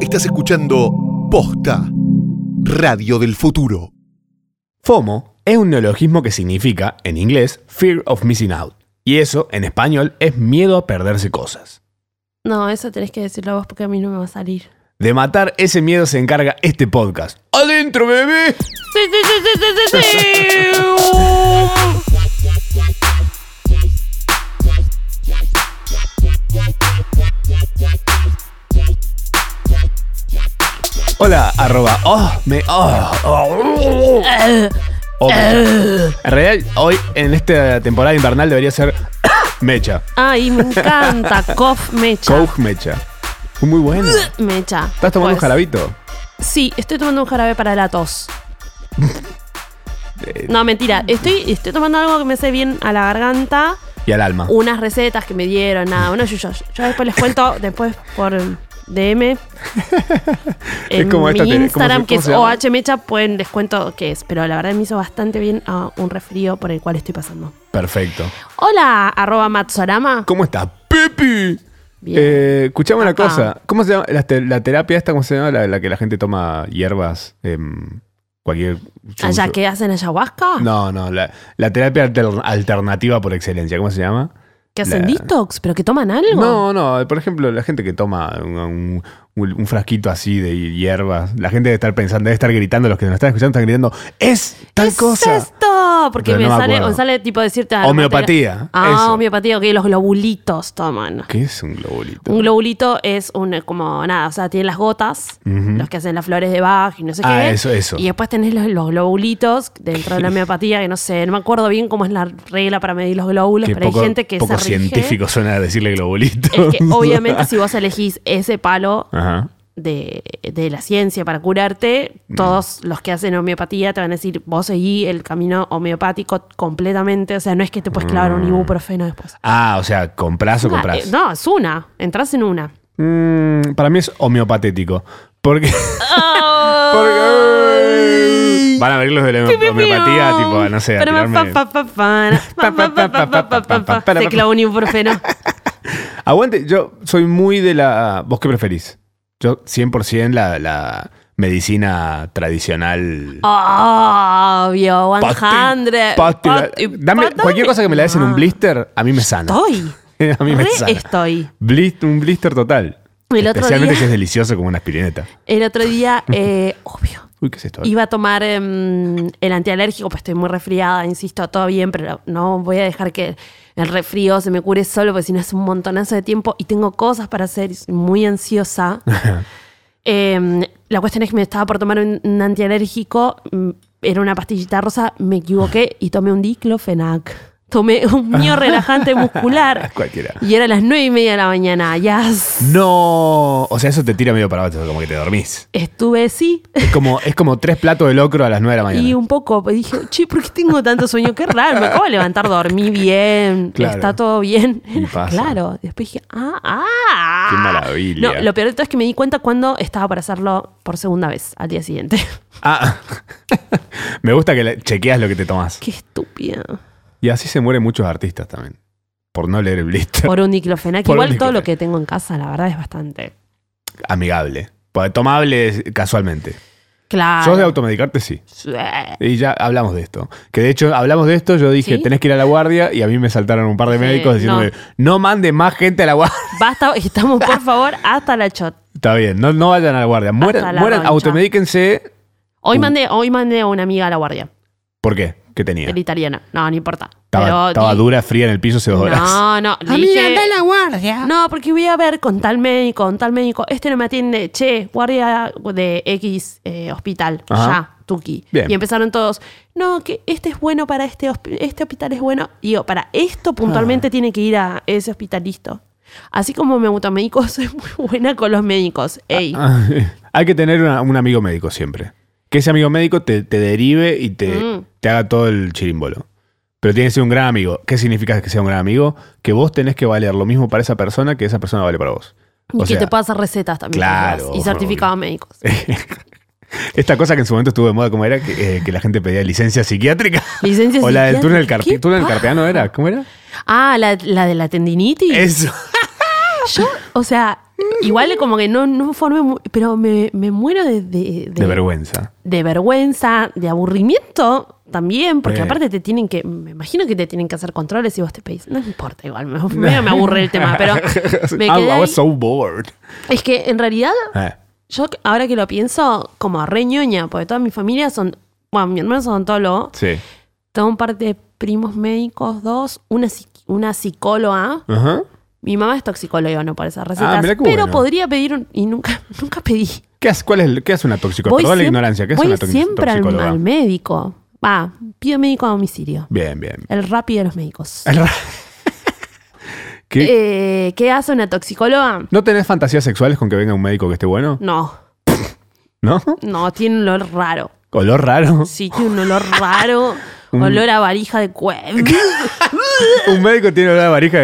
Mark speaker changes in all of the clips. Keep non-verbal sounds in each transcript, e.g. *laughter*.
Speaker 1: Estás escuchando Posta, Radio del Futuro.
Speaker 2: FOMO es un neologismo que significa, en inglés, Fear of Missing Out. Y eso, en español, es miedo a perderse cosas.
Speaker 3: No, eso tenés que decirlo vos porque a mí no me va a salir.
Speaker 2: De matar ese miedo se encarga este podcast. ¡Adentro, bebé!
Speaker 3: Sí, sí, sí, sí, sí, sí, sí. Um.
Speaker 2: Hola, arroba. Oh, me. Oh, oh, oh, me. En realidad, hoy, en esta temporada invernal, debería ser *coughs* Mecha.
Speaker 3: *laughs* Ay, me encanta. Cof mecha.
Speaker 2: Coach Mecha. Fue Muy bueno.
Speaker 3: Mecha.
Speaker 2: ¿Estás tomando un
Speaker 3: Pues,
Speaker 2: jarabito?
Speaker 3: Sí, estoy tomando un jarabe para
Speaker 2: *laughs*
Speaker 3: la tos.
Speaker 2: Eh,
Speaker 3: No, mentira. Estoy, estoy tomando algo que me hace bien a la garganta.
Speaker 2: Y al alma.
Speaker 3: Unas recetas que me dieron, nada. Bueno, yo, yo, yo después les cuento, después por
Speaker 2: *laughs*
Speaker 3: DM. En
Speaker 2: como esta tele- ¿cómo
Speaker 3: mi
Speaker 2: se-
Speaker 3: Instagram, que
Speaker 2: cómo
Speaker 3: es
Speaker 2: se llama?
Speaker 3: OHMecha, pueden les cuento qué es. Pero la verdad me hizo bastante bien a un resfrío por el cual estoy pasando.
Speaker 2: Perfecto.
Speaker 3: Hola, arroba Matsorama.
Speaker 2: ¿Cómo estás, Pepi?
Speaker 3: Bien.
Speaker 2: Eh, escuchame una
Speaker 3: Papá.
Speaker 2: cosa. ¿Cómo se llama? La, te- la terapia esta, ¿cómo se llama? La, la que la gente toma hierbas. em, cualquier.
Speaker 3: ¿Allá Ah, que hacen ayahuasca?
Speaker 2: No, no. La, la terapia alter- alternativa por excelencia. ¿Cómo se llama?
Speaker 3: ¿Que hacen
Speaker 2: La-
Speaker 3: detox? ¿Pero que toman algo?
Speaker 2: No, no. Por ejemplo, la gente que toma un, un- un- un frasquito así de hierbas. La gente debe estar pensando, debe estar gritando. Los que nos están escuchando están gritando. ¡Es tal
Speaker 3: ¿Qué
Speaker 2: cosa!
Speaker 3: es esto? Porque
Speaker 2: Pero
Speaker 3: me
Speaker 2: no me
Speaker 3: sale,
Speaker 2: acuerdo.
Speaker 3: o sale tipo decirte. ah,
Speaker 2: Homeopatía,
Speaker 3: no te- Ah,
Speaker 2: eso.
Speaker 3: homeopatía, ok, los globulitos toman.
Speaker 2: ¿Qué es un globulito?
Speaker 3: Un globulito es un, eh, como nada, o sea, tienen las gotas,
Speaker 2: Ujú.
Speaker 3: los que hacen las flores de Bach y no sé
Speaker 2: Ah,
Speaker 3: qué.
Speaker 2: eso, eso.
Speaker 3: Y después tenés los, los globulitos dentro
Speaker 2: *laughs*
Speaker 3: de la homeopatía, que no sé, no me acuerdo bien cómo es la regla para medir los glóbulos,
Speaker 2: Qué
Speaker 3: pero hay gente que
Speaker 2: poco
Speaker 3: se rige.
Speaker 2: científico suena decirle globulito. *laughs*
Speaker 3: Es que obviamente si vos elegís ese palo
Speaker 2: Ajá.
Speaker 3: de, de la ciencia para curarte,
Speaker 2: Mm.
Speaker 3: todos los que hacen homeopatía te van a decir, vos seguí el camino homeopático completamente, o sea, no es que te puedes clavar un ibuprofeno después.
Speaker 2: Ah, o sea, ¿comprás o
Speaker 3: Ah,
Speaker 2: Mm. comprás?
Speaker 3: eh, no, es una, entras en una.
Speaker 2: Mm, para mí es homeopatético.
Speaker 3: *laughs*
Speaker 2: Porque. porque- Van a venir los de la homeopatía, tipo, no sé, a
Speaker 3: Pero pa,
Speaker 2: tirarme.
Speaker 3: pa, pa,
Speaker 2: *laughs*
Speaker 3: pa, pa, pa, pa, pa, pa, pa, pa, pa, pa. Se clavó un ibuprofeno.
Speaker 2: Aguante, yo soy muy de la. ¿Vos qué preferís? Yo 100% la, la medicina tradicional.
Speaker 3: Ah, Obvio,
Speaker 2: Pasti-
Speaker 3: 100.
Speaker 2: pasti-
Speaker 3: Pati-
Speaker 2: dame
Speaker 3: pa-
Speaker 2: cualquier cosa que me la des en un
Speaker 3: Ah,
Speaker 2: blister, a mí me sana.
Speaker 3: Estoy.
Speaker 2: *laughs* a mí me
Speaker 3: Re
Speaker 2: sana.
Speaker 3: estoy.
Speaker 2: Blis- un blister total.
Speaker 3: El otro
Speaker 2: Especialmente
Speaker 3: día-
Speaker 2: que es delicioso como una espirineta.
Speaker 3: El otro día, eh, obvio,
Speaker 2: Uy, ¿qué es esto?
Speaker 3: Iba a tomar em, el antialérgico, pues estoy muy resfriada, insisto, todo bien, pero no voy a dejar que el resfrío se me cure solo, porque si no es un montonazo de tiempo y tengo cosas para hacer y soy muy ansiosa. Em, la cuestión es que me estaba por tomar un, un antialérgico, mm, era una pastillita rosa, me equivoqué y tomé un diclofenac. Tomé un mío relajante muscular.
Speaker 2: Cualquiera.
Speaker 3: Y era las nueve y media de la mañana. Ya
Speaker 2: No, o sea, eso te tira medio para abajo, como que te dormís.
Speaker 3: estuve, sí,
Speaker 2: Es como, es como tres platos de locro a las 9 de la mañana.
Speaker 3: Y un poco pues, dije, che, ¿por qué tengo tanto sueño? Qué raro, me acabo de levantar, dormí bien,
Speaker 2: Claro.
Speaker 3: está todo bien.
Speaker 2: Y pasa.
Speaker 3: Claro, después dije, ah, ah.
Speaker 2: Qué maravilla.
Speaker 3: No, lo peor de todo es que me di cuenta cuando estaba para hacerlo por segunda vez al día siguiente. *laughs*
Speaker 2: Ah, *laughs* me gusta que le- chequeas lo que te tomás.
Speaker 3: qué estúpida.
Speaker 2: Y así se mueren muchos artistas también. Por no leer el blister. *laughs*
Speaker 3: Por un diclofenac.
Speaker 2: Por un
Speaker 3: Igual todo
Speaker 2: diclofenac.
Speaker 3: lo que tengo en casa, la verdad, es bastante.
Speaker 2: Amigable. Por- Tomable es- casualmente.
Speaker 3: Claro.
Speaker 2: ¿Sos de automedicarte? Sí.
Speaker 3: Sí.
Speaker 2: Y ya hablamos de esto. Que de hecho hablamos de esto, yo dije,
Speaker 3: ¿Sí?
Speaker 2: tenés que ir a la guardia y a mí me saltaron un par de
Speaker 3: Sí,
Speaker 2: médicos diciéndome, no. mande más gente a la guardia.
Speaker 3: Basta, estamos
Speaker 2: *laughs*
Speaker 3: por favor hasta la chot.
Speaker 2: Está bien, no, no vayan a la guardia. Mueran,
Speaker 3: Hasta la
Speaker 2: mueran
Speaker 3: roncha.
Speaker 2: automedíquense.
Speaker 3: Hoy
Speaker 2: Uh.
Speaker 3: mandé, hoy mandé a una amiga a la guardia,
Speaker 2: ¿Por qué? ¿Qué tenía?
Speaker 3: el italiana. No, no importa.
Speaker 2: Estaba,
Speaker 3: Pero
Speaker 2: estaba
Speaker 3: di-
Speaker 2: dura, fría en el piso hace dos horas.
Speaker 3: No, no. le dije-
Speaker 4: la guardia.
Speaker 3: No, porque voy a ver con tal médico, con tal médico. Este no me atiende. Che, guardia de X eh, hospital.
Speaker 2: Ajá.
Speaker 3: Ya, Tuki.
Speaker 2: Bien.
Speaker 3: Y empezaron todos. No, que este es bueno para este hospi- este hospital es bueno. Y Digo, para esto puntualmente
Speaker 2: Ah.
Speaker 3: tiene que ir a ese hospitalista. Así como me automedico, *laughs* soy muy buena con los médicos.
Speaker 2: Ah,
Speaker 3: Ey.
Speaker 2: *laughs* Hay que tener una- un amigo médico siempre. Que ese amigo médico te, te derive y te,
Speaker 3: Mm.
Speaker 2: te haga todo el chirimbolo. Pero tiene que ser un gran amigo. ¿Qué significa que sea un gran amigo? Que vos tenés que valer lo mismo para esa persona que esa persona vale para vos.
Speaker 3: y
Speaker 2: O
Speaker 3: que
Speaker 2: sea,
Speaker 3: te pueda hacer recetas también.
Speaker 2: claro,
Speaker 3: Y certificados médicos.
Speaker 2: *laughs* Esta cosa que en su momento estuvo de moda, ¿cómo era? Que, eh, que la gente pedía licencia psiquiátrica.
Speaker 3: Licencia
Speaker 2: *laughs* o la del túnel,
Speaker 3: psiquiátrica.
Speaker 2: carpi
Speaker 3: ¿Qué
Speaker 2: túnel
Speaker 3: paja?
Speaker 2: carpeano, ¿era? ¿Cómo era?
Speaker 3: Ah, la, la de la tendinitis.
Speaker 2: Eso.
Speaker 3: Yo, o sea, Igual como que no, no formé mu- pero me, me muero de, de, de-
Speaker 2: De vergüenza.
Speaker 3: de vergüenza, de aburrimiento también, porque
Speaker 2: Eh.
Speaker 3: aparte te tienen que, me imagino que te tienen que hacer controles y vos te pedís, no importa igual, me, medio me aburre el tema, este
Speaker 2: *laughs*
Speaker 3: pero me
Speaker 2: I,
Speaker 3: quedé
Speaker 2: I
Speaker 3: ahí. Ah,
Speaker 2: was so bored.
Speaker 3: es que en realidad
Speaker 2: Eh,
Speaker 3: yo ahora que lo pienso como re ñoña, porque toda mi familia son, bueno, mi hermano es odontólogo,
Speaker 2: sí.
Speaker 3: tengo un par de primos médicos, dos, una, psiqui- una psicóloga,
Speaker 2: Ajá.
Speaker 3: mi mamá es toxicóloga, no por esas recetas,
Speaker 2: Ah, mirá qué
Speaker 3: pero
Speaker 2: bueno.
Speaker 3: podría pedir un- y nunca, *laughs* nunca pedí.
Speaker 2: ¿Qué, hace- cuál es, ¿Qué hace una toxicóloga?
Speaker 3: Voy
Speaker 2: Perdón la
Speaker 3: siem-
Speaker 2: ignorancia. ¿Qué hace
Speaker 3: voy
Speaker 2: una toxi-
Speaker 3: siempre al,
Speaker 2: toxicóloga?
Speaker 3: al médico. Va, pido médico a domicilio.
Speaker 2: Bien, bien.
Speaker 3: El rápido de los médicos.
Speaker 2: El ra- *laughs* ¿Qué?
Speaker 3: Eh, ¿Qué hace una toxicóloga?
Speaker 2: ¿No tenés fantasías sexuales con que venga un médico que esté bueno?
Speaker 3: No,
Speaker 2: ¿No?
Speaker 3: no, tiene un olor raro.
Speaker 2: ¿Olor raro?
Speaker 3: Sí, tiene
Speaker 2: *laughs*
Speaker 3: un olor raro. olor a varija de cuero.
Speaker 2: un médico tiene olor de varija.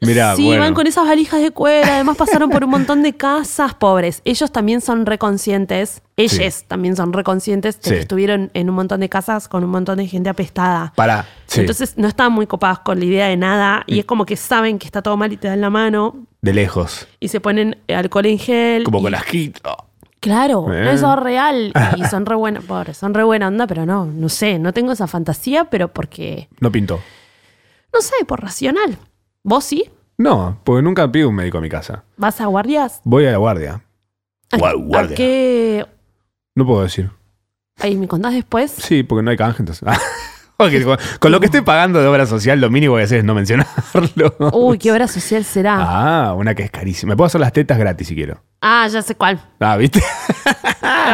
Speaker 2: Mira,
Speaker 3: sí,
Speaker 2: bueno.
Speaker 3: van con e- esas valijas de cuero. Además pasaron por un montón de casas pobres. Ellos también son reconscientes. Ellas también son reconscientes de
Speaker 2: Sí.
Speaker 3: que estuvieron en un montón de casas con un montón de gente apestada.
Speaker 2: Para. Sí.
Speaker 3: Entonces no estaban muy copados con la idea de nada y es como que saben que está todo mal y te dan la mano
Speaker 2: de lejos.
Speaker 3: y se ponen eh, alcohol en gel.
Speaker 2: Como
Speaker 3: y-
Speaker 2: con asquito.
Speaker 3: Claro,
Speaker 2: Eh.
Speaker 3: no, eso
Speaker 2: *laughs*
Speaker 3: es real. Y son re buena, pobre, son re buena onda, pero no, no sé, no tengo esa fantasía, pero porque,
Speaker 2: No pintó.
Speaker 3: no sé, por racional. ¿Vos sí?
Speaker 2: No, porque nunca pido un médico a mi casa.
Speaker 3: ¿Vas a guardias?
Speaker 2: Voy a la guardia.
Speaker 3: ¿A-
Speaker 2: Gua-
Speaker 3: ¿A
Speaker 2: guardia.
Speaker 3: qué?
Speaker 2: No puedo decir.
Speaker 3: Ay, ¿me contás después?
Speaker 2: *laughs* Sí, porque no hay canje, entonces. Ok, con, con lo que estoy pagando de obra social, lo mínimo que hacer es no mencionarlo.
Speaker 3: *laughs* Uy, qué obra social será.
Speaker 2: Ah, una que es carísima. Me puedo hacer las tetas gratis si quiero.
Speaker 3: Ah, ya
Speaker 2: *laughs*
Speaker 3: sé cuál.
Speaker 2: Ah, ¿viste?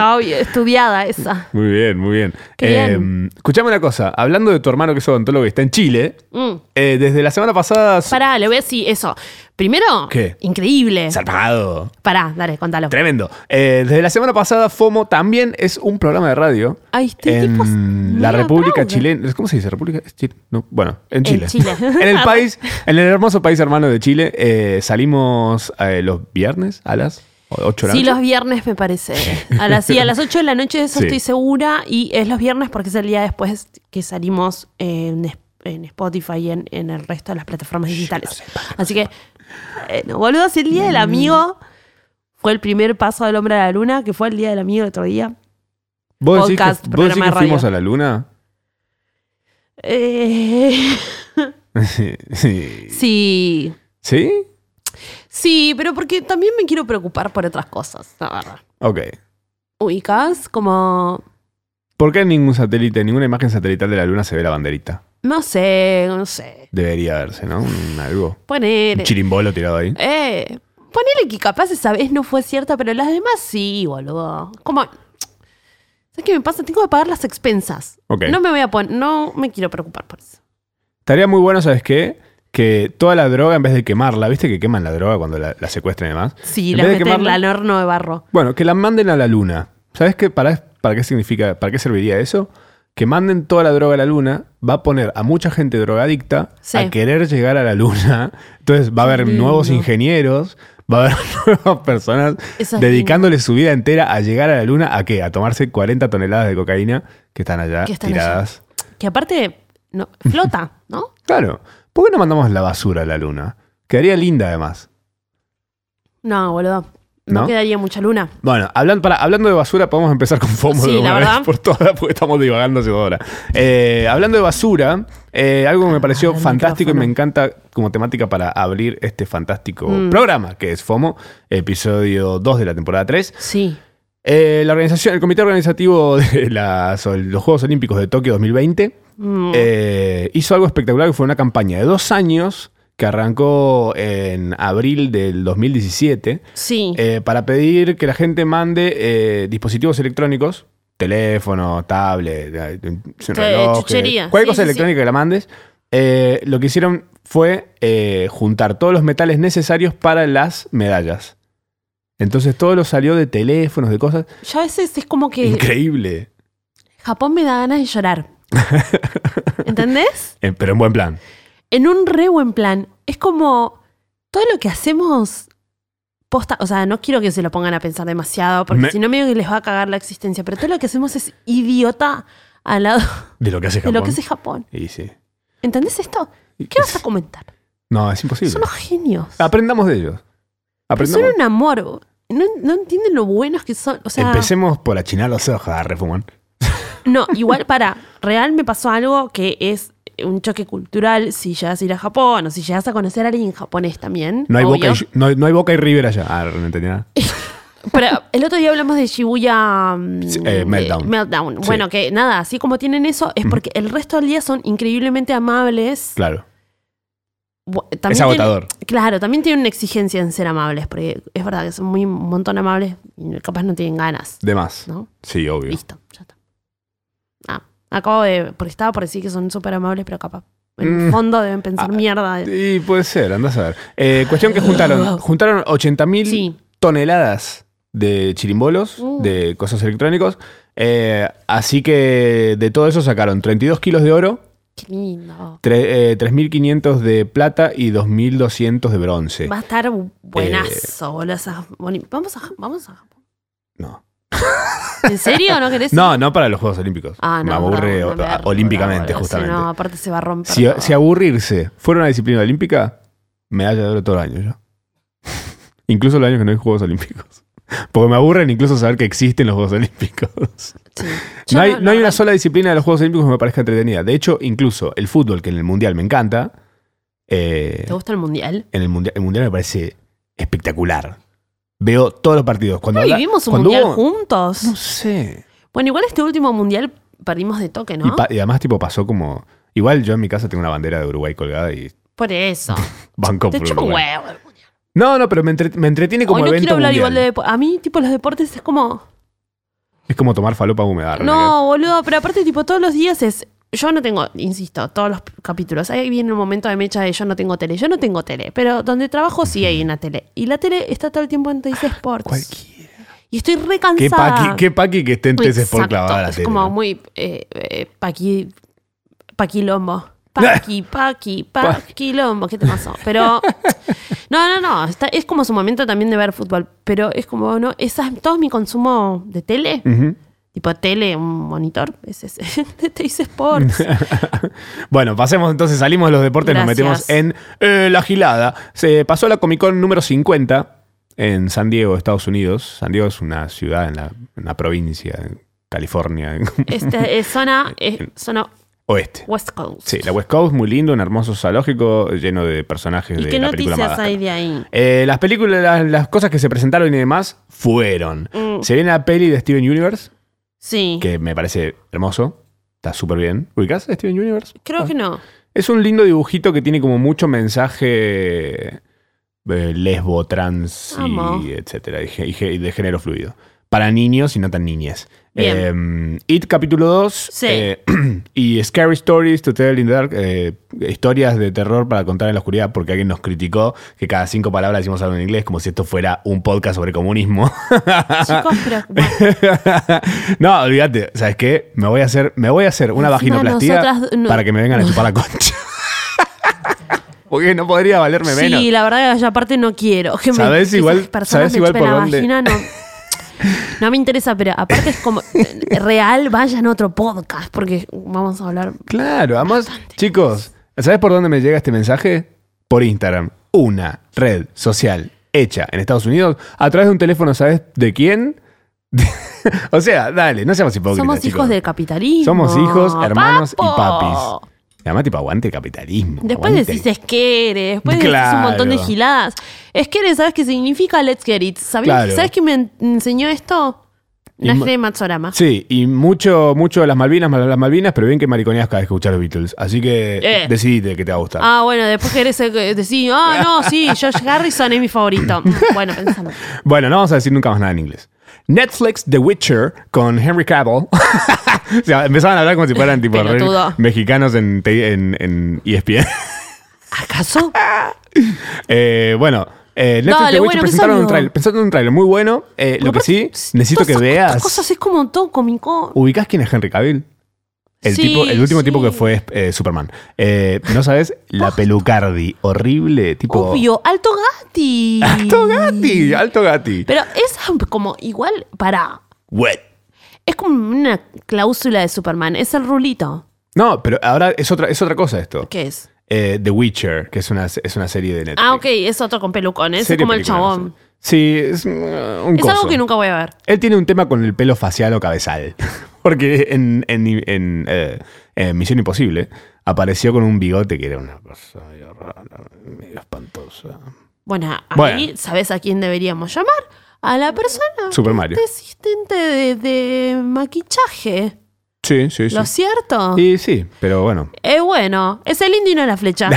Speaker 3: Obvio, estudiada esa.
Speaker 2: Muy bien, muy bien.
Speaker 3: Qué
Speaker 2: Eh, escuchame una cosa. Hablando de tu hermano que es odontólogo y está en Chile,
Speaker 3: Mm.
Speaker 2: eh, desde la semana pasada.
Speaker 3: Pará, le voy a decir eso. Primero,
Speaker 2: ¿Qué?
Speaker 3: increíble.
Speaker 2: Zarpado.
Speaker 3: Pará, dale, contalo.
Speaker 2: Tremendo. Eh, desde la semana pasada, FOMO también es un programa de radio.
Speaker 3: Ay, este
Speaker 2: en
Speaker 3: tipo es
Speaker 2: la
Speaker 3: muy
Speaker 2: República
Speaker 3: aplaude.
Speaker 2: Chilena. ¿Cómo se dice? República Chile. No, bueno, en
Speaker 3: En
Speaker 2: Chile.
Speaker 3: Chile.
Speaker 2: *laughs* En
Speaker 3: *laughs*
Speaker 2: el país, en el hermoso país hermano de Chile, eh, salimos eh, los viernes a las 8 de la
Speaker 3: Sí,
Speaker 2: noche.
Speaker 3: los viernes me parece. A las, sí, a las 8 de la noche, de eso
Speaker 2: Sí.
Speaker 3: estoy segura. Y es los viernes porque es el día después que salimos en, es- en Spotify y en, en el resto de las plataformas digitales. Así que, eh, no, boludo, si el día del amigo fue el primer paso del hombre a la luna, que fue el día del amigo el otro día.
Speaker 2: ¿Vos decís
Speaker 3: podcast,
Speaker 2: que, vos decís
Speaker 3: programa
Speaker 2: que
Speaker 3: de
Speaker 2: fuimos a
Speaker 3: radio.
Speaker 2: la luna? *laughs*
Speaker 3: Eh,
Speaker 2: sí.
Speaker 3: sí.
Speaker 2: ¿Sí?
Speaker 3: Sí, pero porque también me quiero preocupar por otras cosas, la verdad.
Speaker 2: Ok.
Speaker 3: Ubicás como
Speaker 2: ¿Por qué en ningún satélite, en ninguna imagen satelital de la luna se ve la banderita?
Speaker 3: No sé, no sé.
Speaker 2: Debería verse, ¿no? Un, algo. Un
Speaker 3: Ponele.
Speaker 2: chirimbolo tirado ahí.
Speaker 3: Eh, ponele que capaz esa vez no fue cierta, pero las demás sí, boludo. Como. ¿Sabes qué me pasa? Tengo que pagar las expensas.
Speaker 2: Ok.
Speaker 3: No me voy a poner. No me quiero preocupar por eso.
Speaker 2: Estaría muy bueno, ¿sabes qué? Que toda la droga, en vez de quemarla, ¿viste que queman la droga cuando la, la secuestran y demás?
Speaker 3: Sí,
Speaker 2: En
Speaker 3: las
Speaker 2: vez de
Speaker 3: meten en
Speaker 2: quemarla-
Speaker 3: al horno de barro.
Speaker 2: Bueno, que la manden a la luna. ¿Sabes qué? Para, ¿Para qué significa? ¿Para qué serviría eso? Que manden toda la droga a la luna va a poner a mucha gente drogadicta
Speaker 3: Sí.
Speaker 2: a querer llegar a la luna. Entonces va a haber
Speaker 3: lindo.
Speaker 2: nuevos ingenieros, va a haber *laughs* nuevas personas
Speaker 3: Eso es
Speaker 2: dedicándole su vida entera a llegar a la luna. ¿A qué? A tomarse 40 toneladas de cocaína que están allá
Speaker 3: Que están
Speaker 2: tiradas.
Speaker 3: Que aparte, no, flota, ¿no?
Speaker 2: Claro. ¿Por qué no mandamos la basura a la luna? Quedaría linda además.
Speaker 3: No, boludo. No,
Speaker 2: ¿No?
Speaker 3: quedaría mucha luna.
Speaker 2: Bueno, hablan- para- hablando de basura, podemos empezar con FOMO
Speaker 3: Sí,
Speaker 2: de
Speaker 3: la
Speaker 2: una
Speaker 3: verdad.
Speaker 2: vez por todas, porque estamos divagando hace dos horas. Eh, hablando de basura, eh, algo que me pareció
Speaker 3: Ah, el
Speaker 2: fantástico y
Speaker 3: micrófono.
Speaker 2: me encanta como temática para abrir este fantástico
Speaker 3: Mm.
Speaker 2: programa, que es FOMO, episodio 2 de la temporada 3.
Speaker 3: Sí.
Speaker 2: Eh, la organización, el comité organizativo *laughs* de las- los Juegos Olímpicos de Tokio 2020
Speaker 3: Mm,
Speaker 2: eh, hizo algo espectacular que fue una campaña de dos años que arrancó en abril del 2017
Speaker 3: sí.
Speaker 2: eh, para pedir que la gente mande eh, dispositivos electrónicos, teléfono, tablet, eh, relojes,
Speaker 3: chuchería.
Speaker 2: cualquier
Speaker 3: Sí,
Speaker 2: cosa
Speaker 3: sí, sí.
Speaker 2: electrónica que la mandes. eh, lo que hicieron fue eh, juntar todos los metales necesarios para las medallas. Entonces todo lo salió de teléfonos, de cosas.
Speaker 3: Yo a veces es como que
Speaker 2: Increíble.
Speaker 3: Japón me da ganas
Speaker 2: *laughs*
Speaker 3: de llorar. ¿Entendés?
Speaker 2: Eh, pero en buen plan.
Speaker 3: en un re buen plan. Es como todo lo que hacemos posta, o sea, no quiero que se lo pongan a pensar demasiado, porque
Speaker 2: Me-
Speaker 3: si no medio que les va a cagar la existencia, pero todo lo que hacemos es idiota al lado
Speaker 2: De lo que hace
Speaker 3: de
Speaker 2: Japón.
Speaker 3: lo que hace Japón.
Speaker 2: Y sí.
Speaker 3: ¿Entendés esto? ¿Qué vas a comentar?
Speaker 2: No, es imposible. Ah,
Speaker 3: Son unos genios.
Speaker 2: Aprendamos de ellos.
Speaker 3: Pero
Speaker 2: Aprendamos.
Speaker 3: son un amor. bo. No, no entienden lo buenos que son. O sea,
Speaker 2: Empecemos por achinar los ojos a refuman.
Speaker 3: no, igual para. Real me pasó algo que es un choque cultural si llegas a ir a Japón o si llegas a conocer a alguien japonés también.
Speaker 2: No hay,
Speaker 3: obvio.
Speaker 2: boca y, no, hay- no hay boca y River allá. Ah, no entendí nada.
Speaker 3: Pero el otro día hablamos de Shibuya mm,
Speaker 2: Sí, eh, Meltdown.
Speaker 3: eh, Meltdown.
Speaker 2: Sí.
Speaker 3: Bueno, que nada, así como tienen eso, es porque el resto del día son increíblemente amables.
Speaker 2: Claro.
Speaker 3: Bu- También
Speaker 2: Es
Speaker 3: tienen-
Speaker 2: agotador.
Speaker 3: claro, también tienen una exigencia en ser amables, porque es verdad que son muy un montón amables y capaz no tienen ganas,
Speaker 2: De más.
Speaker 3: ¿no?
Speaker 2: Sí, obvio.
Speaker 3: Listo, ya está. Ah, acabo de. Porque estaba por decir que son súper amables, pero capaz. En el
Speaker 2: Mm.
Speaker 3: fondo deben pensar mierda. de-
Speaker 2: Y puede ser, andás a ver. Eh, cuestión que
Speaker 3: *laughs*
Speaker 2: juntaron. Juntaron 80 mil
Speaker 3: Sí.
Speaker 2: toneladas de chirimbolos,
Speaker 3: Uh.
Speaker 2: de cosas electrónicos. Eh, así que de todo eso sacaron 32 kilos de oro,
Speaker 3: Qué lindo.
Speaker 2: tre- eh, 3.500 de plata y 2.200 de bronce.
Speaker 3: Va a estar
Speaker 2: Eh,
Speaker 3: bu- buenazo, boludo, esa- boni- Vamos a, vamos a Japón.
Speaker 2: No.
Speaker 3: ¿En serio? ¿No querés? ir?
Speaker 2: no, no para los Juegos Olímpicos.
Speaker 3: Ah, no,
Speaker 2: Me aburre
Speaker 3: no,
Speaker 2: o-
Speaker 3: no, me
Speaker 2: a-
Speaker 3: aburre,
Speaker 2: olímpicamente,
Speaker 3: boludo, si
Speaker 2: justamente.
Speaker 3: No, aparte se va a romper.
Speaker 2: Si,
Speaker 3: todo.
Speaker 2: si aburrirse fuera una disciplina olímpica, medalla de oro todos los años ya. *laughs* incluso los años que no hay Juegos Olímpicos. *laughs* Porque me aburren incluso saber que existen los Juegos
Speaker 3: *laughs*
Speaker 2: Olímpicos. *laughs*
Speaker 3: Sí. Yo
Speaker 2: No hay, no hay
Speaker 3: la-
Speaker 2: una sola disciplina de los Juegos Olímpicos que me parezca entretenida. De hecho, incluso el fútbol, que en el Mundial me encanta, eh,
Speaker 3: ¿Te gusta el mundial?
Speaker 2: en el mundial, el mundial me parece espectacular. Veo todos los partidos. Cuando
Speaker 3: ¿No
Speaker 2: habla-
Speaker 3: vivimos un
Speaker 2: cuando
Speaker 3: mundial
Speaker 2: hubo-
Speaker 3: juntos?
Speaker 2: No sé.
Speaker 3: Bueno, igual este último mundial perdimos de toque,
Speaker 2: Y,
Speaker 3: ¿no?
Speaker 2: pa- y además, tipo, pasó como... Igual yo en mi casa tengo una bandera de Uruguay colgada y *laughs*
Speaker 3: Por eso.
Speaker 2: banco
Speaker 3: Te
Speaker 2: por
Speaker 3: chupa un
Speaker 2: Uruguay.
Speaker 3: huevo. el mundial.
Speaker 2: No, no, pero me, entre- me entretiene como
Speaker 3: Hoy no
Speaker 2: evento
Speaker 3: quiero hablar
Speaker 2: mundial.
Speaker 3: igual de deportes. A mí, tipo, los deportes es como.
Speaker 2: Es como tomar falopa humedad.
Speaker 3: No, boludo, pero aparte, tipo, todos los días es. Yo no tengo, insisto, todos los capítulos. Ahí viene un momento de mecha de yo no tengo tele. Yo no tengo tele, pero donde trabajo sí hay una tele. Y la tele está todo el tiempo en Teis Sports.
Speaker 2: Cualquier.
Speaker 3: Y estoy re
Speaker 2: Qué
Speaker 3: cansada.
Speaker 2: paqui, qué paqui que esté en tesis por
Speaker 3: Exacto,
Speaker 2: clavada la
Speaker 3: Es
Speaker 2: tele,
Speaker 3: como
Speaker 2: ¿no?
Speaker 3: muy eh, eh, paqui,
Speaker 2: *laughs*
Speaker 3: paquilombo. Paqui, paqui, paquilombo, qué te pasó.
Speaker 2: *laughs*
Speaker 3: Pero no, no, no, está- es como su momento también de ver fútbol, pero es como no, esa es todo mi consumo de tele,
Speaker 2: Ujú.
Speaker 3: tipo tele, un monitor, es ese, *laughs* de
Speaker 2: *laughs*
Speaker 3: Teis Sports.
Speaker 2: Bueno, pasemos entonces, salimos de los deportes, nos
Speaker 3: Gracias.
Speaker 2: metemos en eh, la gilada. Se pasó la Comic Con número 50 en San Diego, Estados Unidos. San Diego es una ciudad en la, una provincia, en California, en *laughs*
Speaker 3: Este, es zona, es zona
Speaker 2: oeste.
Speaker 3: West Coast.
Speaker 2: Sí, la West Coast, muy lindo, un hermoso zoológico lleno de personajes
Speaker 3: ¿Y
Speaker 2: de
Speaker 3: qué
Speaker 2: la película
Speaker 3: noticias
Speaker 2: Madagascar.
Speaker 3: hay de ahí?
Speaker 2: Eh, las películas, las, las cosas que se presentaron y demás fueron.
Speaker 3: Mm.
Speaker 2: Se viene la peli de Steven Universe,
Speaker 3: Sí,
Speaker 2: que me parece hermoso. Está súper bien. ¿Ubicás a Steven Universe? Ah.
Speaker 3: creo que
Speaker 2: *laughs*
Speaker 3: no.
Speaker 2: Es un lindo dibujito que tiene como mucho mensaje eh, lesbo, trans
Speaker 3: Amo.
Speaker 2: y etcétera, y, ge- y ge- y de género fluido. Para niños y no tan niñas.
Speaker 3: Bien.
Speaker 2: Eh, It capítulo 2
Speaker 3: Sí.
Speaker 2: eh, *clears throat* y Scary Stories to Tell in the Dark, eh, historias de terror para contar en la oscuridad, porque alguien nos criticó que cada cinco palabras decimos algo en inglés, como si esto fuera un podcast sobre comunismo. *laughs*
Speaker 3: Chicos, pero bueno,
Speaker 2: no, olvídate, ¿sabes qué? Me voy a hacer, me voy a hacer una
Speaker 3: Encima
Speaker 2: vaginoplastia
Speaker 3: nosotras no-
Speaker 2: para que me vengan a chupar la concha. *laughs* Porque no podría valerme menos.
Speaker 3: Sí, la verdad que yo aparte no quiero. Que me-
Speaker 2: ¿Sabés
Speaker 3: que
Speaker 2: igual-
Speaker 3: esas
Speaker 2: sabés
Speaker 3: personas me
Speaker 2: igual
Speaker 3: chupen
Speaker 2: por
Speaker 3: la
Speaker 2: dónde?
Speaker 3: vagina, no, no me interesa, pero aparte es como eh, real, vayan a otro podcast, porque vamos a hablar.
Speaker 2: Claro, además, chicos, ¿sabes por dónde me llega este mensaje? Por Instagram. Una red social hecha en Estados Unidos a través de un teléfono, ¿sabes de quién? *laughs* o sea, dale, no seamos hipócritas.
Speaker 3: Somos hijos
Speaker 2: chicos.
Speaker 3: del capitalismo.
Speaker 2: Somos hijos, hermanos y
Speaker 3: ¡Papo!
Speaker 2: papis. Y Además, tipo, aguante el capitalismo.
Speaker 3: Después
Speaker 2: aguante.
Speaker 3: decís esquere, después decís un
Speaker 2: Claro.
Speaker 3: montón de giladas. Esquere, ¿sabes qué significa let's get it? ¿Sabés-
Speaker 2: Claro.
Speaker 3: ¿Sabes qué me en- enseñó esto? Una
Speaker 2: Y
Speaker 3: serie de Matsorama.
Speaker 2: Sí, y mucho, mucho de las Malvinas, mal- las Malvinas, pero bien que mariconeas cada vez que escuchas los Beatles. Así que
Speaker 3: Eh.
Speaker 2: decidite que te va a gustar.
Speaker 3: Ah, bueno, después querés eh, decir, ah, no, sí, George Harrison es
Speaker 2: *laughs*
Speaker 3: mi favorito. Mm, Bueno, pensalo.
Speaker 2: Bueno, no vamos a decir nunca más nada en inglés. Netflix The Witcher con Henry Cavill. *laughs* o sea, empezaban a hablar como si fueran tipo re-
Speaker 3: Pelotudo.
Speaker 2: mexicanos en, te- en, en E ESPN.
Speaker 3: ¿Acaso?
Speaker 2: *laughs* Eh, bueno, eh, Netflix
Speaker 3: Dale,
Speaker 2: The Witcher
Speaker 3: bueno, ¿qué
Speaker 2: presentaron un
Speaker 3: salió?
Speaker 2: tráiler. Pensaron un tráiler muy bueno. Eh, lo que sí, necesito que
Speaker 3: Estas
Speaker 2: veas.
Speaker 3: cosas es como todo cómico.
Speaker 2: ¿Ubicás quién es Henry Cavill? El,
Speaker 3: Sí,
Speaker 2: tipo, el último
Speaker 3: sí.
Speaker 2: tipo que fue eh, Superman. Eh, no sabes, la pelucardi horrible, tipo.
Speaker 3: Obvio, Alto Gatti.
Speaker 2: *laughs* Alto Gatti, alto Gatti.
Speaker 3: Pero es como igual para.
Speaker 2: Wet.
Speaker 3: Es como una cláusula de Superman. Es el rulito.
Speaker 2: No, pero ahora es otra, es otra cosa esto.
Speaker 3: ¿Qué es?
Speaker 2: eh, The Witcher, que es una, es una serie de Netflix.
Speaker 3: Ah, ok, es otro con pelucones. Es
Speaker 2: Serie
Speaker 3: como el
Speaker 2: película, no
Speaker 3: chabón.
Speaker 2: sé. Sí, es mm, un
Speaker 3: Es
Speaker 2: coso.
Speaker 3: algo que nunca voy a ver.
Speaker 2: Él tiene un tema con el pelo facial o cabezal. *laughs* Porque en, en- en, eh, en Misión Imposible apareció con un bigote que era una
Speaker 3: Ah,
Speaker 2: cosa medio rara, medio espantosa.
Speaker 3: Bueno, ahí
Speaker 2: Bueno.
Speaker 3: sabes a quién deberíamos llamar. A la persona.
Speaker 2: Super Mario.
Speaker 3: que es asistente de, de maquillaje.
Speaker 2: Sí, sí, sí.
Speaker 3: ¿Lo cierto?
Speaker 2: Y sí, pero bueno.
Speaker 3: Eh, bueno, es el indio y no
Speaker 2: *laughs*
Speaker 3: la flecha.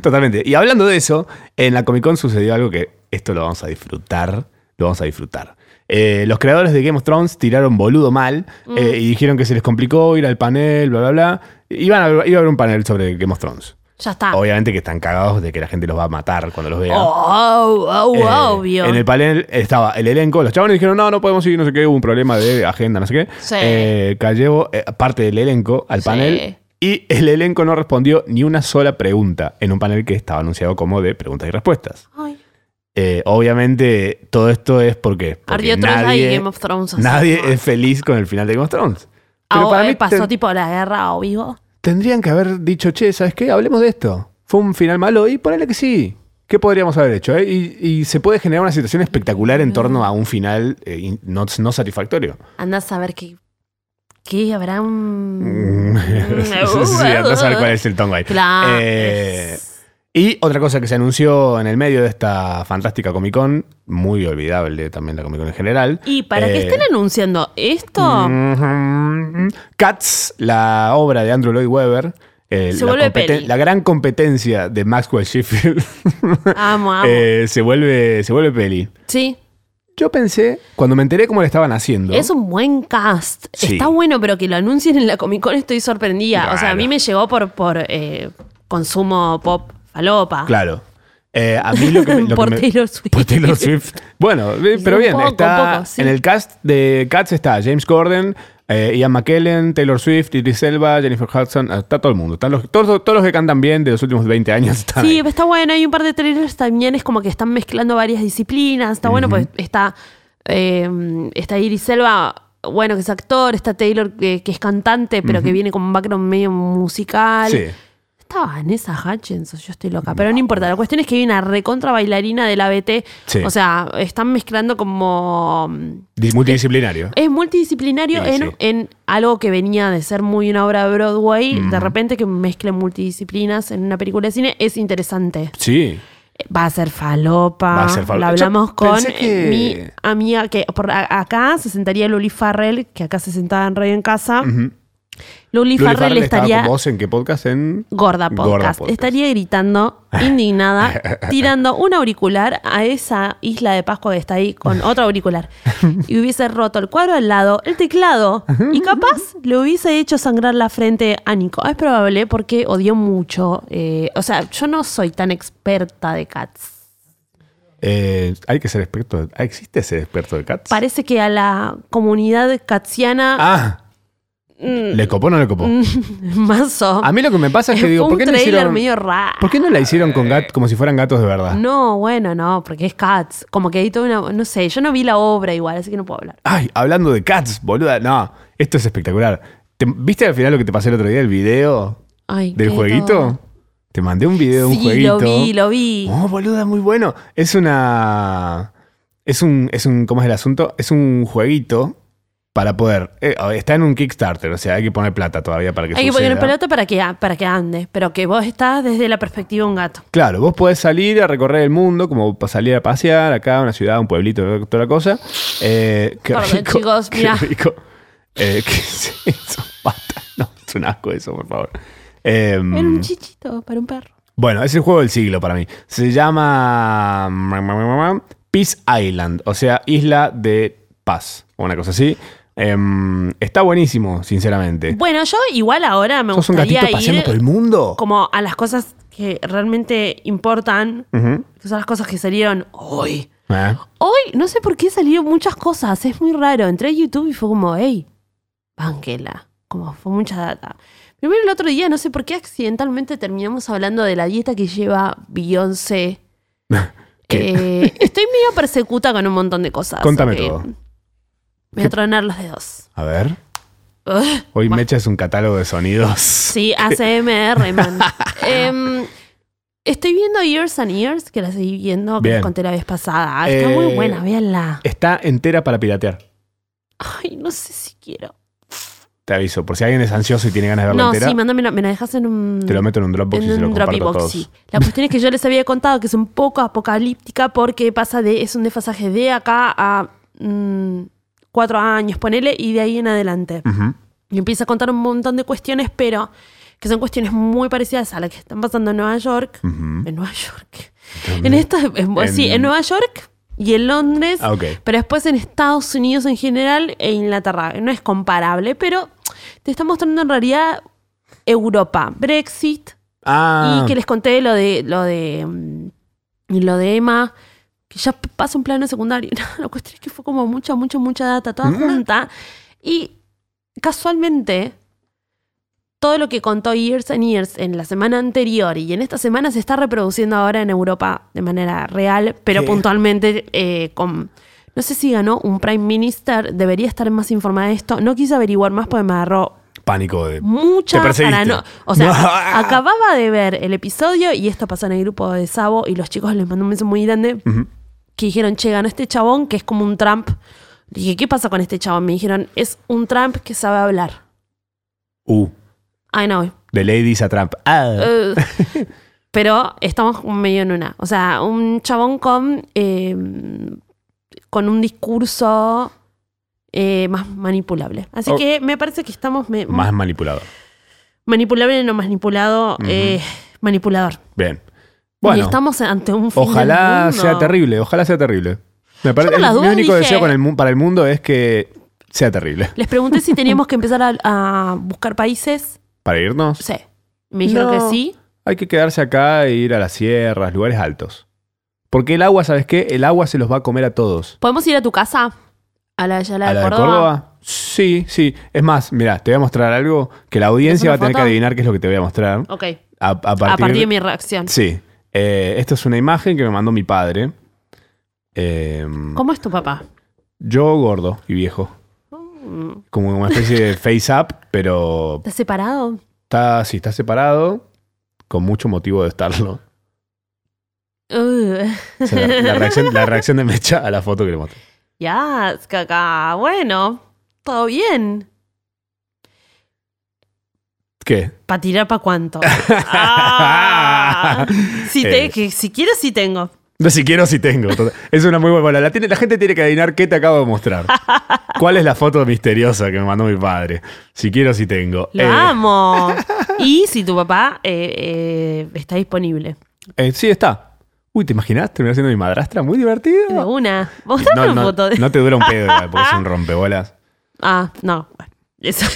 Speaker 2: Totalmente. Y hablando de eso, en la Comic Con sucedió algo que esto lo vamos a disfrutar. Lo vamos a disfrutar. Eh, los creadores de Game of Thrones tiraron boludo mal eh, y dijeron que se les complicó ir al panel, bla, bla, bla. Iban a- iba a haber un panel sobre Game of Thrones.
Speaker 3: ya está.
Speaker 2: Obviamente que están cagados de que la gente los va a matar cuando los vea.
Speaker 3: Oh, oh,
Speaker 2: Eh,
Speaker 3: obvio.
Speaker 2: En el panel estaba el elenco, los chavales dijeron, no, no podemos ir, no sé qué, hubo un problema de agenda, no sé qué.
Speaker 3: Sí.
Speaker 2: Eh, Callevo, eh, parte del elenco, al
Speaker 3: Sí.
Speaker 2: panel. Y el elenco no respondió ni una sola pregunta en un panel que estaba anunciado como de preguntas y respuestas.
Speaker 3: Ay,
Speaker 2: Eh, obviamente, todo esto es porque, porque
Speaker 3: ardió Troya y
Speaker 2: nadie,
Speaker 3: Game of Thrones. así,
Speaker 2: nadie
Speaker 3: ¿no?
Speaker 2: es feliz con el final de Game of Thrones.
Speaker 3: Ah, eh, pasó
Speaker 2: ten-
Speaker 3: tipo la guerra, obvio.
Speaker 2: tendrían que haber dicho, che, ¿sabes qué? Hablemos de esto. Fue un final malo y ponele que sí. ¿Qué podríamos haber hecho? eh? Y, y se puede generar una situación espectacular en torno a un final eh, in- no, no satisfactorio.
Speaker 3: Anda a saber qué, qué habrá
Speaker 2: Mm. *laughs*
Speaker 3: un...
Speaker 2: sí, andá a saber cuál es el tongo ahí.
Speaker 3: Claro.
Speaker 2: Eh, y otra cosa que se anunció en el medio de esta fantástica Comic Con, muy olvidable también la Comic Con en general.
Speaker 3: Y para que
Speaker 2: eh, mm,
Speaker 3: estén anunciando esto,
Speaker 2: Ujú. Mm-hmm. Cats, la obra de Andrew Lloyd Webber. eh,
Speaker 3: Se
Speaker 2: la,
Speaker 3: vuelve
Speaker 2: competen-
Speaker 3: peli.
Speaker 2: la gran competencia de Maxwell Sheffield *laughs*
Speaker 3: amo, amo.
Speaker 2: eh, se, vuelve, se vuelve peli.
Speaker 3: sí,
Speaker 2: Yo pensé, cuando me enteré cómo le estaban haciendo.
Speaker 3: es un buen cast.
Speaker 2: Sí.
Speaker 3: Está bueno, pero que lo anuncien en la Comic Con estoy sorprendida. O sea, a mí
Speaker 2: Claro.
Speaker 3: me llegó por, por eh, consumo pop falopa.
Speaker 2: Claro. Eh, a mí lo que, me- lo que
Speaker 3: *laughs* Por
Speaker 2: me-
Speaker 3: Taylor
Speaker 2: *laughs*
Speaker 3: Swift.
Speaker 2: por Taylor Swift. Bueno, eh, pero
Speaker 3: un
Speaker 2: bien,
Speaker 3: poco,
Speaker 2: está
Speaker 3: un poco, sí.
Speaker 2: en el cast de Cats está James Corden, eh, Ian McKellen, Taylor Swift, Idris Elba, Jennifer Hudson, eh, está todo el mundo. Están los, todos, todos los que cantan bien de los últimos 20 años están
Speaker 3: Sí,
Speaker 2: ahí.
Speaker 3: está bueno. Hay un par de trailers también. Es como que están mezclando varias disciplinas. Está bueno, pues está, eh, está Iris Elba, bueno, que es actor. Está Taylor, que, que es cantante, pero que viene con un background medio musical.
Speaker 2: Sí.
Speaker 3: Estaba Vanessa Hutchinson, yo estoy loca. Pero no importa, la cuestión es que hay una recontra bailarina del ABT.
Speaker 2: Sí.
Speaker 3: O sea, están mezclando como. mm,
Speaker 2: Di- Multidisciplinario.
Speaker 3: Es multidisciplinario
Speaker 2: Sí,
Speaker 3: en,
Speaker 2: sí.
Speaker 3: en algo que venía de ser muy una obra de Broadway. De repente que mezclen multidisciplinas en una película de cine es interesante.
Speaker 2: Sí.
Speaker 3: Va a ser falopa.
Speaker 2: Va a ser falopa.
Speaker 3: Lo
Speaker 2: Yo
Speaker 3: hablamos con
Speaker 2: pensé que-
Speaker 3: eh, mi amiga que por a- acá se sentaría Luli Farrell, que acá se sentaba en Radio en Casa. Luli,
Speaker 2: Luli
Speaker 3: Farrell,
Speaker 2: Farrell estaba
Speaker 3: estaría
Speaker 2: con vos en qué podcast en
Speaker 3: Gorda podcast.
Speaker 2: Gorda Podcast.
Speaker 3: Estaría gritando,
Speaker 2: *laughs*
Speaker 3: indignada, tirando un auricular a esa isla de Pascua que está ahí con
Speaker 2: *laughs*
Speaker 3: otro auricular. Y hubiese roto el cuadro al lado, el teclado. Y capaz le hubiese hecho sangrar la frente a Nico. Es probable porque odió mucho. eh, o sea, yo no soy tan experta de cats.
Speaker 2: Eh, hay que ser experto. de- ah, ¿Existe ser experto de Cats?
Speaker 3: Parece que a la comunidad *laughs* catsiana
Speaker 2: ah. ¿Le copó o no le copó?
Speaker 3: mazo.
Speaker 2: A mí lo que me pasa es que
Speaker 3: Mm. Fue
Speaker 2: digo,
Speaker 3: un
Speaker 2: ¿por qué no
Speaker 3: trailer
Speaker 2: hicieron
Speaker 3: medio raro.
Speaker 2: ¿Por qué no la hicieron con gat como si fueran gatos de verdad?
Speaker 3: No, bueno, no, porque es Cats. Como que hay toda una. No sé, yo no vi la obra igual, así que no puedo hablar.
Speaker 2: Ay, hablando de cats, boluda. No, esto es espectacular. Te- ¿Viste al final lo que te pasé el otro día, el video
Speaker 3: Ay,
Speaker 2: del
Speaker 3: qué
Speaker 2: jueguito?
Speaker 3: todo.
Speaker 2: Te mandé un video de un
Speaker 3: sí,
Speaker 2: jueguito.
Speaker 3: lo vi, lo vi.
Speaker 2: Oh, boluda, muy bueno. Es una. Es un. Es un. ¿Cómo es el asunto? Es un jueguito para poder. eh, está en un Kickstarter, o sea, hay que poner plata todavía para que
Speaker 3: Hay que
Speaker 2: suceda.
Speaker 3: poner pelota para que, para que ande, pero que vos estás desde la perspectiva de un gato.
Speaker 2: Claro, vos podés salir a recorrer el mundo, como pa- salir a pasear acá, una ciudad, un pueblito, toda la cosa. Eh, qué
Speaker 3: Perdón,
Speaker 2: rico,
Speaker 3: chicos,
Speaker 2: qué
Speaker 3: mirá.
Speaker 2: rico. Eh, ¿Qué *laughs* es eso? Basta. No, es un asco eso, por favor. Eh,
Speaker 3: Era un chichito para un perro.
Speaker 2: bueno, es el juego del siglo para mí. Se llama Peace Island, o sea, Isla de Paz, o una cosa así. Em, está buenísimo, sinceramente.
Speaker 3: Bueno, yo igual ahora me
Speaker 2: ¿Sos un
Speaker 3: gustaría
Speaker 2: gatito paseando
Speaker 3: ir
Speaker 2: por el mundo?
Speaker 3: como a las cosas que realmente importan,
Speaker 2: Ujú.
Speaker 3: que son las cosas que salieron hoy.
Speaker 2: Eh.
Speaker 3: Hoy, no sé por qué salieron muchas cosas, es muy raro. Entré a YouTube y fue como, hey, banquela. Como fue mucha data. Primero el otro día, no sé por qué accidentalmente terminamos hablando de la dieta que lleva
Speaker 2: *laughs*
Speaker 3: Beyoncé. Eh, estoy medio persecuta con un montón de cosas. eh.
Speaker 2: Contame
Speaker 3: ok.
Speaker 2: todo. *laughs*
Speaker 3: Me voy a tronar los dedos.
Speaker 2: A ver.
Speaker 3: Ugh.
Speaker 2: Hoy
Speaker 3: Bueno.
Speaker 2: Mecha es un catálogo de sonidos.
Speaker 3: *laughs* Sí,
Speaker 2: *laughs*
Speaker 3: ACMR, man. Em, estoy viendo Years and Years, que la seguí viendo, que
Speaker 2: Bien.
Speaker 3: les conté la vez pasada. Ah, Está muy
Speaker 2: Eh,
Speaker 3: buena, véanla.
Speaker 2: Está entera para piratear.
Speaker 3: Ay, no sé si quiero.
Speaker 2: Te aviso. Por si alguien es ansioso y tiene ganas de verla
Speaker 3: No,
Speaker 2: entera,
Speaker 3: sí, mándame, me la dejas en un.
Speaker 2: te lo meto en un Dropbox y se
Speaker 3: en
Speaker 2: lo
Speaker 3: un
Speaker 2: comparto a
Speaker 3: Dropbox,
Speaker 2: todos.
Speaker 3: sí. La cuestión es que yo les había contado que es un poco apocalíptica porque pasa de, es un desfasaje de acá a mm, cuatro años, ponele, y de ahí en adelante.
Speaker 2: Ujú.
Speaker 3: Y empieza a contar un montón de cuestiones, pero que son cuestiones muy parecidas a las que están pasando en Nueva York.
Speaker 2: Ujú.
Speaker 3: En Nueva York. En este esta, en-
Speaker 2: Mm. En-
Speaker 3: sí, en Nueva York y en Londres.
Speaker 2: Ah, ok.
Speaker 3: Pero después en Estados Unidos en general e Inglaterra. No es comparable, pero te está mostrando en realidad Europa. Brexit,
Speaker 2: Ah,
Speaker 3: y que les conté lo de lo de mm, lo de Emma, que ya p- pasa un plano secundario. *laughs* No, la cuestión es que fue como mucha, mucha, mucha data toda
Speaker 2: Mm.
Speaker 3: junta. Y casualmente, todo lo que contó Years and Years en la semana anterior y en esta semana se está reproduciendo ahora en Europa de manera real, pero
Speaker 2: ¿Qué?
Speaker 3: puntualmente eh, con. No sé si ganó un Prime Minister, debería estar más informada de esto. No quise averiguar más porque me agarró
Speaker 2: pánico de.
Speaker 3: mucha
Speaker 2: Te perseguiste.
Speaker 3: paranoia.
Speaker 2: *laughs*
Speaker 3: O sea, a- acababa de ver el episodio y esto pasó en el grupo de Sabo y los chicos les mandó un beso muy grande
Speaker 2: Ujú.
Speaker 3: que dijeron, che, ganó este chabón que es como un Trump. Le dije, ¿qué pasa con este chabón? Me dijeron, es un Trump que sabe hablar.
Speaker 2: Uh, *laughs*
Speaker 3: Ay, no.
Speaker 2: de Ladies a Trump. Ah.
Speaker 3: eh, pero estamos como medio en una. O sea, un chabón con, eh, con un discurso eh, más manipulable. Así
Speaker 2: Oh.
Speaker 3: que me parece que estamos me-
Speaker 2: Más manipulador.
Speaker 3: Manipulable no manipulado,
Speaker 2: Ujú.
Speaker 3: eh, manipulador.
Speaker 2: Bien.
Speaker 3: y
Speaker 2: Bueno,
Speaker 3: estamos ante un fin
Speaker 2: ojalá
Speaker 3: del mundo.
Speaker 2: sea terrible. Ojalá sea terrible. Me parece,
Speaker 3: por las
Speaker 2: el- mi
Speaker 3: dudas
Speaker 2: único
Speaker 3: dije-
Speaker 2: deseo con el mu- para el mundo es que sea terrible.
Speaker 3: Les pregunté si teníamos que empezar a, a buscar países.
Speaker 2: Para irnos,
Speaker 3: Sí. Me
Speaker 2: No.
Speaker 3: dijeron que sí.
Speaker 2: hay que quedarse acá e ir a las sierras, lugares altos. Porque el agua, ¿sabes qué? El agua se los va a comer a todos.
Speaker 3: ¿Podemos ir a tu casa? A la de Yala
Speaker 2: ¿A
Speaker 3: de,
Speaker 2: la de
Speaker 3: Córdoba.
Speaker 2: Córdoba? Sí, sí. Es más, mira, te voy a mostrar algo que la audiencia va a
Speaker 3: ¿Tenés
Speaker 2: tener
Speaker 3: una
Speaker 2: que
Speaker 3: foto?
Speaker 2: adivinar qué es lo que te voy a mostrar.
Speaker 3: Ok.
Speaker 2: A, a partir,
Speaker 3: a partir de mi reacción.
Speaker 2: Sí. Eh, esta es una imagen que me mandó mi padre. Eh,
Speaker 3: ¿Cómo es tu papá?
Speaker 2: yo gordo y viejo.
Speaker 3: Mm,
Speaker 2: Como una especie de face up, pero
Speaker 3: ¿Estás separado?
Speaker 2: está, sí, está separado, con mucho motivo de estarlo.
Speaker 3: Uh,
Speaker 2: O sea, la, la reacción, la reacción de Mecha a la foto que le mostré.
Speaker 3: yes, caca. Bueno, todo bien.
Speaker 2: ¿Qué?
Speaker 3: ¿Para tirar para
Speaker 2: *laughs*
Speaker 3: cuánto? Ah. si, te-
Speaker 2: Eh.
Speaker 3: que, si quieres, sí tengo.
Speaker 2: No, si quiero, si tengo. Total. Es una muy buena. bueno, la, tiene- la gente tiene que adivinar qué te acabo de
Speaker 3: *laughs*
Speaker 2: mostrar. ¿Cuál es la foto misteriosa que me mandó mi padre? Si quiero, si tengo.
Speaker 3: Lo
Speaker 2: Eh, *laughs*
Speaker 3: amo. Y si tu papá eh, eh, está disponible.
Speaker 2: eh, sí, está. Uy, ¿te imaginas terminar siendo mi madrastra? Muy divertido.
Speaker 3: De una. Mostrame
Speaker 2: no,
Speaker 3: una foto de-
Speaker 2: no te dura un
Speaker 3: *laughs*
Speaker 2: pedo, igual, porque es un rompebolas.
Speaker 3: Ah, no. Bueno,
Speaker 2: *laughs*
Speaker 3: eso.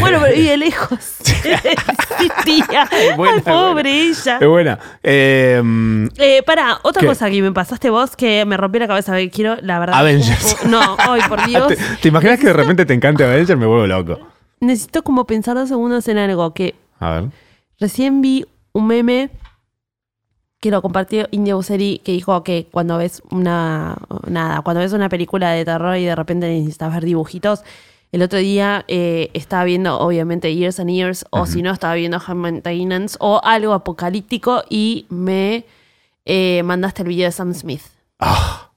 Speaker 3: bueno, pero vive lejos.
Speaker 2: *laughs*
Speaker 3: Existía.
Speaker 2: buena,
Speaker 3: Ay, pobre ella.
Speaker 2: Es buena. Eh, mm,
Speaker 3: Eh, pará, otra
Speaker 2: ¿Qué?
Speaker 3: cosa que me pasaste vos que me rompió la cabeza. eh, Quiero, la verdad.
Speaker 2: Avengers.
Speaker 3: un- un- no, ay,
Speaker 2: *laughs*
Speaker 3: por Dios.
Speaker 2: ¿te, te imaginas que de repente te encante Avenger? Me vuelvo loco.
Speaker 3: Necesito como pensar dos segundos en algo que
Speaker 2: A ver.
Speaker 3: Recién vi un meme que lo compartió India Buseri que dijo que cuando ves una nada, cuando ves una película de terror y de repente necesitas ver dibujitos. El otro día eh, estaba viendo, obviamente, Years and Years, o si no, estaba viendo High Maintenance o algo apocalíptico y me eh, mandaste el video de Sam Smith.
Speaker 2: Ah,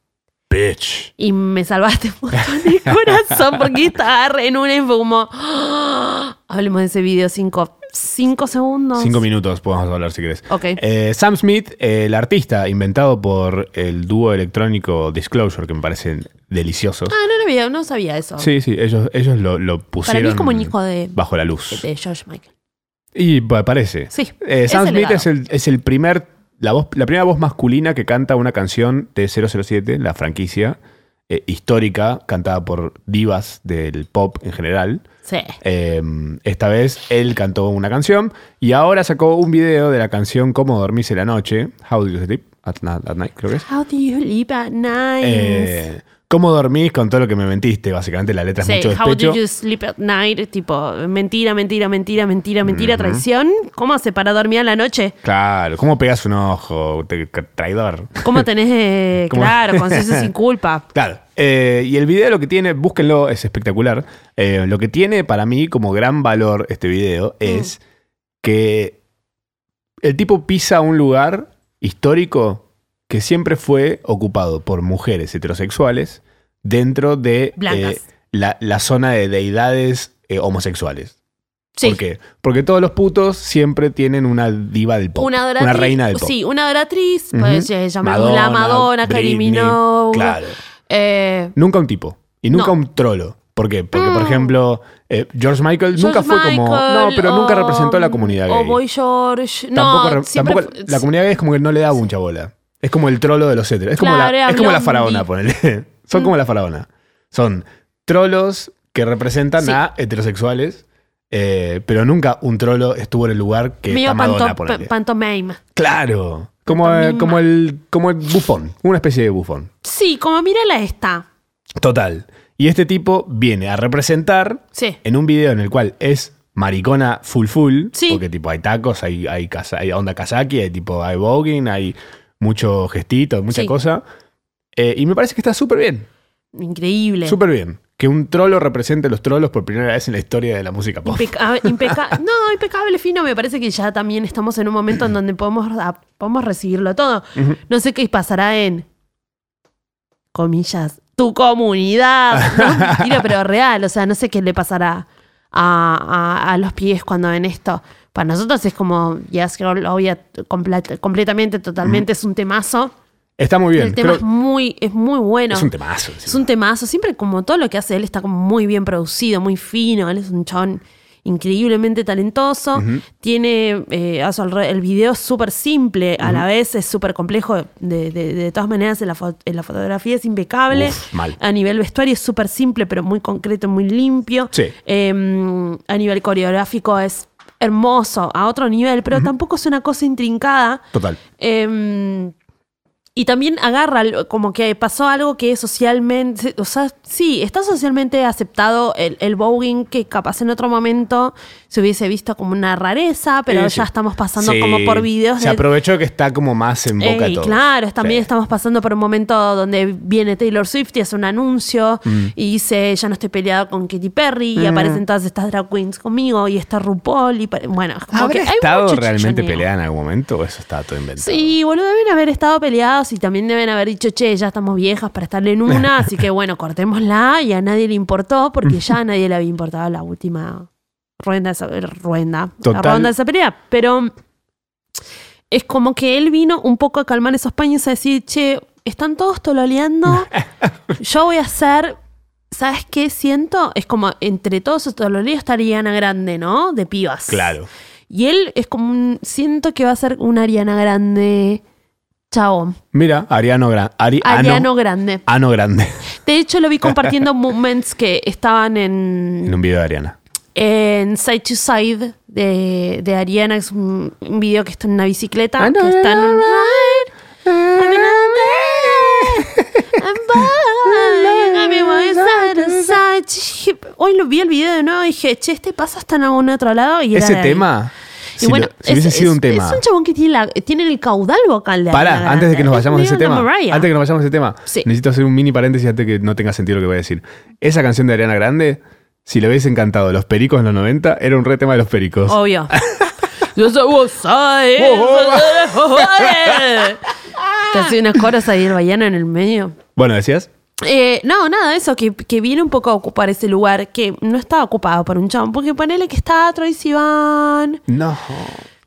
Speaker 2: bitch.
Speaker 3: Y me salvaste un montón de corazón porque estaba re en un info como. "Ah". hablemos de ese video cinco, cinco segundos.
Speaker 2: Cinco minutos podemos hablar si querés.
Speaker 3: Ok.
Speaker 2: Eh, Sam Smith, eh, el artista inventado por el dúo electrónico Disclosure, que me parecen deliciosos.
Speaker 3: Ah, no lo había, no sabía eso.
Speaker 2: Sí, sí, ellos, ellos lo, lo
Speaker 3: Para
Speaker 2: pusieron
Speaker 3: mí es como un hijo de,
Speaker 2: bajo la luz.
Speaker 3: de George Michael.
Speaker 2: Y pa- parece.
Speaker 3: Sí.
Speaker 2: Eh,
Speaker 3: es
Speaker 2: Sam
Speaker 3: el
Speaker 2: Smith
Speaker 3: legado.
Speaker 2: es el, es el primer, la, voz, la primera voz masculina que canta una canción de 007, la franquicia eh, histórica, cantada por divas del pop en general.
Speaker 3: Sí.
Speaker 2: Eh, esta vez él cantó una canción y ahora sacó un video de la canción Cómo dormirse la noche, How Do You Sleep at, Na- at Night, creo que es.
Speaker 3: How do you live at night?
Speaker 2: Eh, ¿Cómo dormís con todo lo que me mentiste? Básicamente la letra es
Speaker 3: Sí,
Speaker 2: mucho
Speaker 3: how
Speaker 2: despecho.
Speaker 3: do you sleep at night? Tipo, mentira, mentira, mentira, mentira, mentira, traición. ¿Cómo hace para dormir a la noche?
Speaker 2: Claro, ¿cómo pegas un ojo, te- traidor?
Speaker 3: ¿Cómo tenés, eh,
Speaker 2: *laughs* ¿Cómo?
Speaker 3: claro,
Speaker 2: *laughs*
Speaker 3: conciencia sin culpa?
Speaker 2: Claro. Eh, y el video lo que tiene, búsquenlo, es espectacular. Eh, lo que tiene para mí como gran valor este video
Speaker 3: Mm.
Speaker 2: es que el tipo pisa un lugar histórico que siempre fue ocupado por mujeres heterosexuales dentro de
Speaker 3: Blancas.
Speaker 2: eh, la, la zona de deidades eh, homosexuales.
Speaker 3: Sí.
Speaker 2: ¿Por qué? Porque todos los putos siempre tienen una diva del pop.
Speaker 3: Una adoratriz.
Speaker 2: una reina del pop.
Speaker 3: Sí, una adoratriz.
Speaker 2: Ujú.
Speaker 3: pues, eh, llamamos la Madonna, Kylie
Speaker 2: Britney,
Speaker 3: Minogue.
Speaker 2: Claro.
Speaker 3: Eh,
Speaker 2: Nunca un tipo. Y nunca
Speaker 3: No.
Speaker 2: un trolo. ¿Por qué? Porque, por
Speaker 3: Mm.
Speaker 2: ejemplo, eh, George Michael nunca
Speaker 3: George
Speaker 2: fue como. No,
Speaker 3: Michael,
Speaker 2: pero nunca
Speaker 3: o-
Speaker 2: representó a la comunidad gay.
Speaker 3: O Boy George.
Speaker 2: tampoco,
Speaker 3: no,
Speaker 2: re-
Speaker 3: siempre
Speaker 2: tampoco-
Speaker 3: fue-
Speaker 2: la comunidad gay es como que no le da mucha bola. Es como el trolo de los heteros. Es como,
Speaker 3: Claro,
Speaker 2: la,
Speaker 3: era
Speaker 2: es como la
Speaker 3: Blondie.
Speaker 2: faraona, ponele. *laughs* Son como la faraona. Son trolos que representan
Speaker 3: Sí.
Speaker 2: a heterosexuales, eh, pero nunca un trolo estuvo en el lugar que
Speaker 3: medio
Speaker 2: está Madonna,
Speaker 3: panto-
Speaker 2: ponele.
Speaker 3: pantomime.
Speaker 2: Claro. Como, eh,
Speaker 3: Pantomima.
Speaker 2: como, el, como el bufón. Una especie de bufón.
Speaker 3: Sí, como mírala esta.
Speaker 2: Total. Y este tipo viene a representar
Speaker 3: Sí.
Speaker 2: en un video en el cual es maricona full full.
Speaker 3: Sí.
Speaker 2: Porque tipo hay tacos, hay, hay, casa- hay onda kazaki, hay tipo hay voguing, hay mucho gestito, mucha
Speaker 3: Sí.
Speaker 2: cosa. Eh, y me parece que está súper bien.
Speaker 3: Increíble.
Speaker 2: Súper bien. Que un trolo represente a los trolos por primera vez en la historia de la música pop.
Speaker 3: Impeca- ah, impeca-
Speaker 2: *laughs*
Speaker 3: no, impecable fino. Me parece que ya también estamos en un momento en donde podemos, a- podemos recibirlo todo.
Speaker 2: Ujú.
Speaker 3: No sé qué pasará en. Comillas. Tu comunidad.
Speaker 2: *laughs*
Speaker 3: No, mentira, pero real. O sea, no sé qué le pasará a, a- a los pies cuando ven esto. Para nosotros es como. Yes, Girl, obvia, complet- completamente, totalmente. Es un temazo.
Speaker 2: Está muy bien.
Speaker 3: El tema
Speaker 2: Creo-
Speaker 3: es muy, es muy bueno.
Speaker 2: es un temazo.
Speaker 3: Es un temazo. Siempre como todo lo que hace él está como muy bien producido, muy fino. Él es un chabón increíblemente talentoso. Tiene eh, a su alre- el video es súper simple, a la vez es súper complejo. De, de- de todas maneras, en la, fo- en la fotografía es impecable.
Speaker 2: Uf, mal.
Speaker 3: A nivel vestuario es súper simple, pero muy concreto, muy limpio.
Speaker 2: Sí.
Speaker 3: Eh, a nivel coreográfico es hermoso, a otro nivel, pero tampoco es una cosa intrincada.
Speaker 2: Total.
Speaker 3: Eh, y también agarra, lo- como que pasó algo que es socialmente, o sea, sí, está socialmente aceptado el, el voguing que capaz en otro momento se hubiese visto como una rareza, pero
Speaker 2: Sí, sí.
Speaker 3: ya estamos pasando
Speaker 2: Sí.
Speaker 3: como por videos
Speaker 2: Se
Speaker 3: de...
Speaker 2: aprovechó que está como más en boca
Speaker 3: Ey,
Speaker 2: todo.
Speaker 3: claro, también
Speaker 2: Sí.
Speaker 3: estamos pasando por un momento donde viene Taylor Swift y hace un anuncio
Speaker 2: Mm.
Speaker 3: y dice, ya no estoy peleado con Katy Perry y aparecen todas estas drag queens conmigo y está RuPaul y pare- bueno, como que
Speaker 2: ¿Habrá
Speaker 3: hay
Speaker 2: estado
Speaker 3: mucho
Speaker 2: realmente
Speaker 3: chichoneo.
Speaker 2: peleada en algún momento o eso está todo inventado?
Speaker 3: Sí, boludo, deben haber estado peleados y también deben haber dicho, che, ya estamos viejas para estar en una, así que bueno, cortémosla y a nadie le importó porque ya a nadie le había importado la última rueda, de esa- eh, ruenda, la
Speaker 2: Total.
Speaker 3: ronda de esa pelea. Pero es como que él vino un poco a calmar esos paños, a decir, che, están
Speaker 2: *laughs*
Speaker 3: todos tololeando, yo voy a hacer... ¿Sabes qué siento? Es como entre todos esos tololeos estaría Ariana Grande, ¿no? De pibas.
Speaker 2: Claro.
Speaker 3: Y él es como un. Siento que va a ser una Ariana Grande. Chao.
Speaker 2: Mira, Ariano Grande.
Speaker 3: Ariano Grande.
Speaker 2: Ano Grande. *laughs*
Speaker 3: De hecho, lo vi compartiendo moments que estaban
Speaker 2: en
Speaker 3: en,
Speaker 2: un video de Ariana.
Speaker 3: en Side to Side de, de Ariana. Es un, un video que está en una bicicleta.
Speaker 2: Ah, no,
Speaker 3: que está en un- Ah,
Speaker 2: no, Ah,
Speaker 3: Ah, Hoy lo vi el video de nuevo y dije, che, este pasa hasta en algún otro lado. Y era
Speaker 2: Ese
Speaker 3: de ahí.
Speaker 2: tema.
Speaker 3: Y
Speaker 2: Si,
Speaker 3: bueno,
Speaker 2: lo- si hubiese
Speaker 3: es,
Speaker 2: sido
Speaker 3: es-
Speaker 2: un tema.
Speaker 3: Es un chabón que tiene, la- tiene el caudal vocal de Ariana
Speaker 2: Pará,
Speaker 3: Grande.
Speaker 2: antes de que nos
Speaker 3: Es
Speaker 2: vayamos de ese
Speaker 3: medio
Speaker 2: tema.
Speaker 3: una Mariah.
Speaker 2: Antes de que nos vayamos de ese tema.
Speaker 3: Sí.
Speaker 2: Necesito hacer un mini paréntesis antes que no tenga sentido lo que voy a decir. Esa canción de Ariana Grande, si la hubiesen cantado los pericos en los 90, era un re tema de los pericos.
Speaker 3: Obvio.
Speaker 2: *laughs*
Speaker 3: Yo soy vos, soy-
Speaker 2: *laughs*
Speaker 3: Te hace unos coros ahí el baiano en el medio.
Speaker 2: Bueno, decías.
Speaker 3: Eh, no, nada, eso, que, que viene un poco a ocupar ese lugar que no estaba ocupado por un chabón, porque ponele que está Troy Sivan,
Speaker 2: No.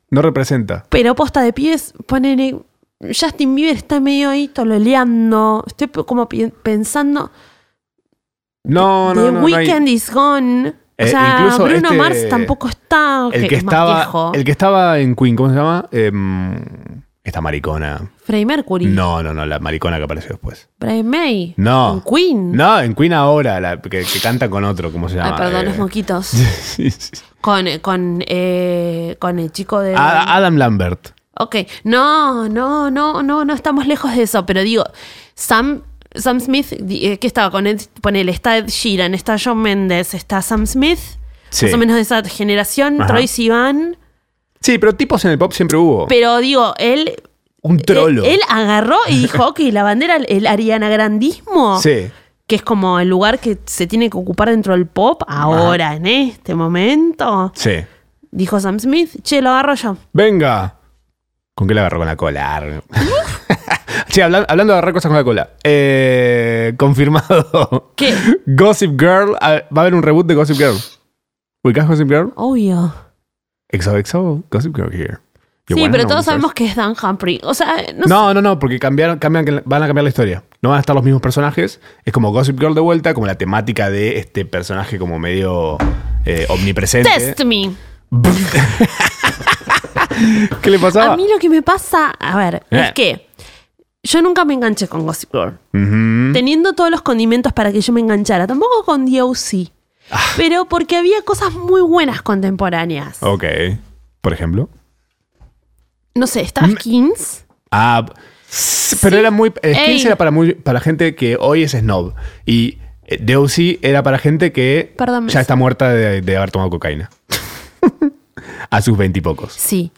Speaker 2: No representa.
Speaker 3: pero posta de pies, ponele, Justin Bieber está medio ahí tololeando, estoy p- como pi- pensando,
Speaker 2: No, no,
Speaker 3: The
Speaker 2: no. no hay-
Speaker 3: Weeknd is gone.
Speaker 2: Eh,
Speaker 3: o sea,
Speaker 2: incluso
Speaker 3: Bruno
Speaker 2: este-
Speaker 3: Mars tampoco está.
Speaker 2: el que
Speaker 3: es más
Speaker 2: estaba
Speaker 3: viejo.
Speaker 2: el que estaba en Queen cómo se llama Em, esta maricona
Speaker 3: Freddie Mercury.
Speaker 2: no no no la maricona que apareció después
Speaker 3: Brian May.
Speaker 2: no
Speaker 3: Un Queen.
Speaker 2: no en Queen ahora la que, que canta con otro cómo se
Speaker 3: Ay,
Speaker 2: llama
Speaker 3: perdón,
Speaker 2: Eh,
Speaker 3: los
Speaker 2: *laughs*
Speaker 3: moquitos.
Speaker 2: sí, sí.
Speaker 3: Con, eh, con, eh, con el chico de.
Speaker 2: A- Adam Lambert
Speaker 3: Ok. No, no, no, no, no estamos lejos de eso. Pero digo, Sam Sam Smith, eh, que estaba con él, ponele, está Ed Sheeran, está John Mendes, está Sam Smith,
Speaker 2: Sí.
Speaker 3: más o menos de esa generación,
Speaker 2: Ajá.
Speaker 3: Troy Sivan,
Speaker 2: Sí, pero tipos en el pop siempre hubo.
Speaker 3: pero digo, él...
Speaker 2: Un trolo.
Speaker 3: eh, Él, él agarró y dijo, ok, la bandera, el Ariana Grandismo,
Speaker 2: Sí.
Speaker 3: que es como el lugar que se tiene que ocupar dentro del pop ahora, en este momento.
Speaker 2: Sí.
Speaker 3: Dijo Sam Smith, che, lo agarro yo.
Speaker 2: Venga. ¿Con qué la agarró? Con la cola. *laughs* Arr. che, hablan- hablando de agarrar cosas con la cola. Eh, confirmado. *laughs*
Speaker 3: ¿Qué?
Speaker 2: Gossip Girl. ah, Va a haber un reboot de Gossip Girl. ¿Ubicás Gossip Girl?
Speaker 3: *laughs* Obvio.
Speaker 2: Exo, exo. Gossip Girl here. You
Speaker 3: Sí,
Speaker 2: wanna
Speaker 3: pero
Speaker 2: know
Speaker 3: todos
Speaker 2: the
Speaker 3: sabemos que es Dan Humphrey. O sea, no, sé.
Speaker 2: No, no, no, porque cambiaron, cambian, van a cambiar la historia. No van a estar los mismos personajes. Es como Gossip Girl de vuelta, como la temática de este personaje como medio eh, omnipresente.
Speaker 3: Test me.
Speaker 2: ¿Qué le pasaba?
Speaker 3: A mí lo que me pasa, a ver,
Speaker 2: Eh.
Speaker 3: es que yo nunca me enganché con Gossip Girl.
Speaker 2: Ujú.
Speaker 3: Teniendo todos los condimentos para que yo me enganchara. Tampoco con DOC.
Speaker 2: Ah.
Speaker 3: Pero porque había cosas muy buenas contemporáneas.
Speaker 2: Ok. Por ejemplo.
Speaker 3: No sé, estaba
Speaker 2: Mm.
Speaker 3: Skins.
Speaker 2: Ah, s- pero era muy. el Skins
Speaker 3: Ey.
Speaker 2: era para, muy, para gente que hoy es snob. Y eh, DOC era para gente que
Speaker 3: Perdón,
Speaker 2: ya
Speaker 3: me-
Speaker 2: está muerta de, de haber tomado cocaína. *laughs* A sus veintipocos. *laughs*
Speaker 3: Sí.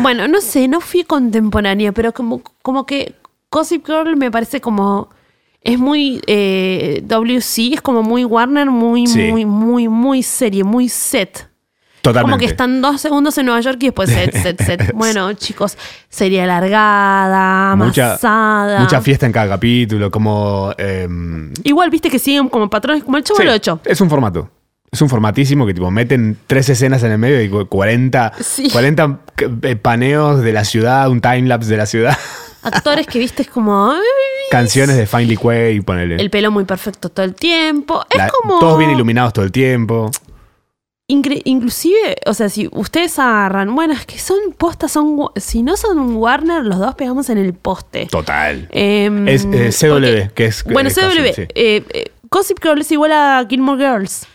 Speaker 3: bueno, no sé, no fui contemporánea, pero como, como que Gossip Girl me parece como. Es muy eh, WC, es como muy Warner, muy,
Speaker 2: Sí.
Speaker 3: muy, muy, muy serie, muy set.
Speaker 2: Totalmente.
Speaker 3: Como que están dos segundos en Nueva York y después set, set,
Speaker 2: *laughs*
Speaker 3: set. Bueno, chicos, serie alargada,
Speaker 2: Mucha-
Speaker 3: amasada.
Speaker 2: Mucha fiesta en cada capítulo, como. em,
Speaker 3: Igual, viste que siguen como patrones, como el chavo
Speaker 2: Sí,
Speaker 3: lo hecho.
Speaker 2: Es un formato. Es un formatísimo que tipo meten tres escenas en el medio y cu- 40,
Speaker 3: Sí.
Speaker 2: 40 c- eh, paneos de la ciudad, un timelapse de la ciudad,
Speaker 3: *laughs* Actores que viste es como. "Ay,
Speaker 2: canciones de Finely Quay, ponele.
Speaker 3: El pelo muy perfecto todo el tiempo. Es
Speaker 2: La-
Speaker 3: como.
Speaker 2: Todos bien iluminados todo el tiempo.
Speaker 3: Incre- inclusive, o sea, si ustedes agarran, bueno, es que son postas, son wa- si no son un Warner, los dos pegamos en el poste.
Speaker 2: Total.
Speaker 3: Em,
Speaker 2: Es eh, CW, que es.
Speaker 3: bueno,
Speaker 2: es
Speaker 3: CW,
Speaker 2: Gossip, Sí.
Speaker 3: eh, eh, Gossip Girl es igual a Gilmore Girls.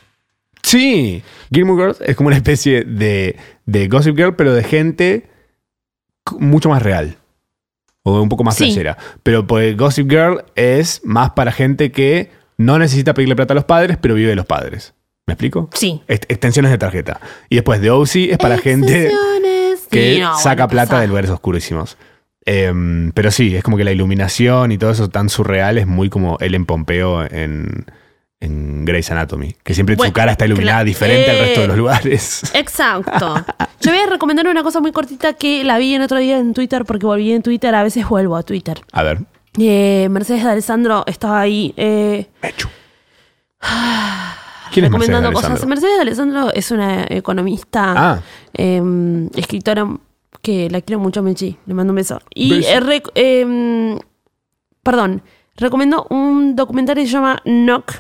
Speaker 2: Sí. Gilmore Girls es como una especie de, de Gossip Girl, pero de gente c- mucho más real. O un poco más
Speaker 3: Sí.
Speaker 2: flashera. Pero pues, Gossip Girl es más para gente que no necesita pedirle plata a los padres, pero vive de los padres. ¿Me explico?
Speaker 3: Sí.
Speaker 2: Ext- extensiones de tarjeta. Y después de OC es para gente
Speaker 3: Excepciones.
Speaker 2: que
Speaker 3: Sí, no,
Speaker 2: saca
Speaker 3: bueno,
Speaker 2: plata
Speaker 3: pasa.
Speaker 2: de lugares oscurísimos. Em, pero sí, es como que la iluminación y todo eso tan surreal es muy como Ellen Pompeo en, en Grey's Anatomy. Que siempre
Speaker 3: Bueno,
Speaker 2: su cara está iluminada
Speaker 3: cla-
Speaker 2: diferente al resto de
Speaker 3: eh.
Speaker 2: los lugares. *laughs*
Speaker 3: Exacto. Yo voy a recomendar una cosa muy cortita que la vi en otro día en Twitter, porque volví en Twitter, a veces vuelvo a Twitter.
Speaker 2: A ver.
Speaker 3: Eh, Mercedes de Alessandro estaba ahí. eh,
Speaker 2: Mechu. ¿Quién es Mercedes
Speaker 3: recomendando cosas.
Speaker 2: Alessandro?
Speaker 3: Mercedes Alessandro es una economista,
Speaker 2: Ah.
Speaker 3: eh, escritora que la quiero mucho, Mechi. Le mando un beso. Y
Speaker 2: Beso.
Speaker 3: eh, rec- eh, perdón, recomiendo un documental que se llama Knock,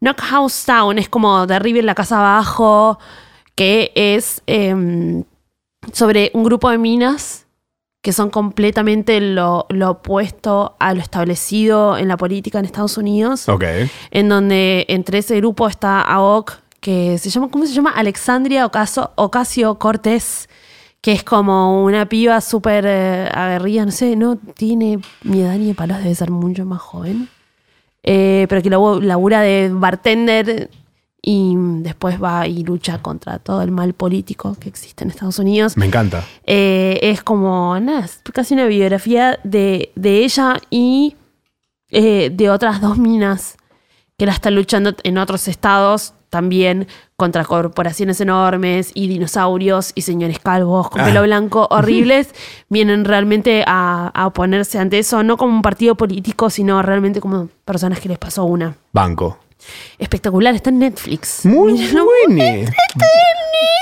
Speaker 3: Knock House Town. Es como derriben la casa abajo, que es eh, sobre un grupo de minas que son completamente lo, lo opuesto a lo establecido en la política en Estados Unidos
Speaker 2: Ok.
Speaker 3: en donde entre ese grupo está AOC, que se llama, ¿cómo se llama? Alexandria Ocasio Cortés, que es como una piba súper eh, aguerrida, no sé, no tiene ni edad ni de palos, debe ser mucho más joven, Eh, pero que luego labura de bartender y después va y lucha contra todo el mal político que existe en Estados Unidos.
Speaker 2: Me encanta.
Speaker 3: Eh, es como, nada, es casi una biografía de, de ella y eh, de otras dos minas que la están luchando en otros estados también contra corporaciones enormes y dinosaurios y señores calvos con
Speaker 2: Ah. *laughs*
Speaker 3: pelo blanco horribles, vienen realmente a, a oponerse ante eso, no como un partido político, sino realmente como personas que les pasó una.
Speaker 2: Banco.
Speaker 3: Espectacular, está en Netflix.
Speaker 2: Muy
Speaker 3: Mírenlo.
Speaker 2: bueno.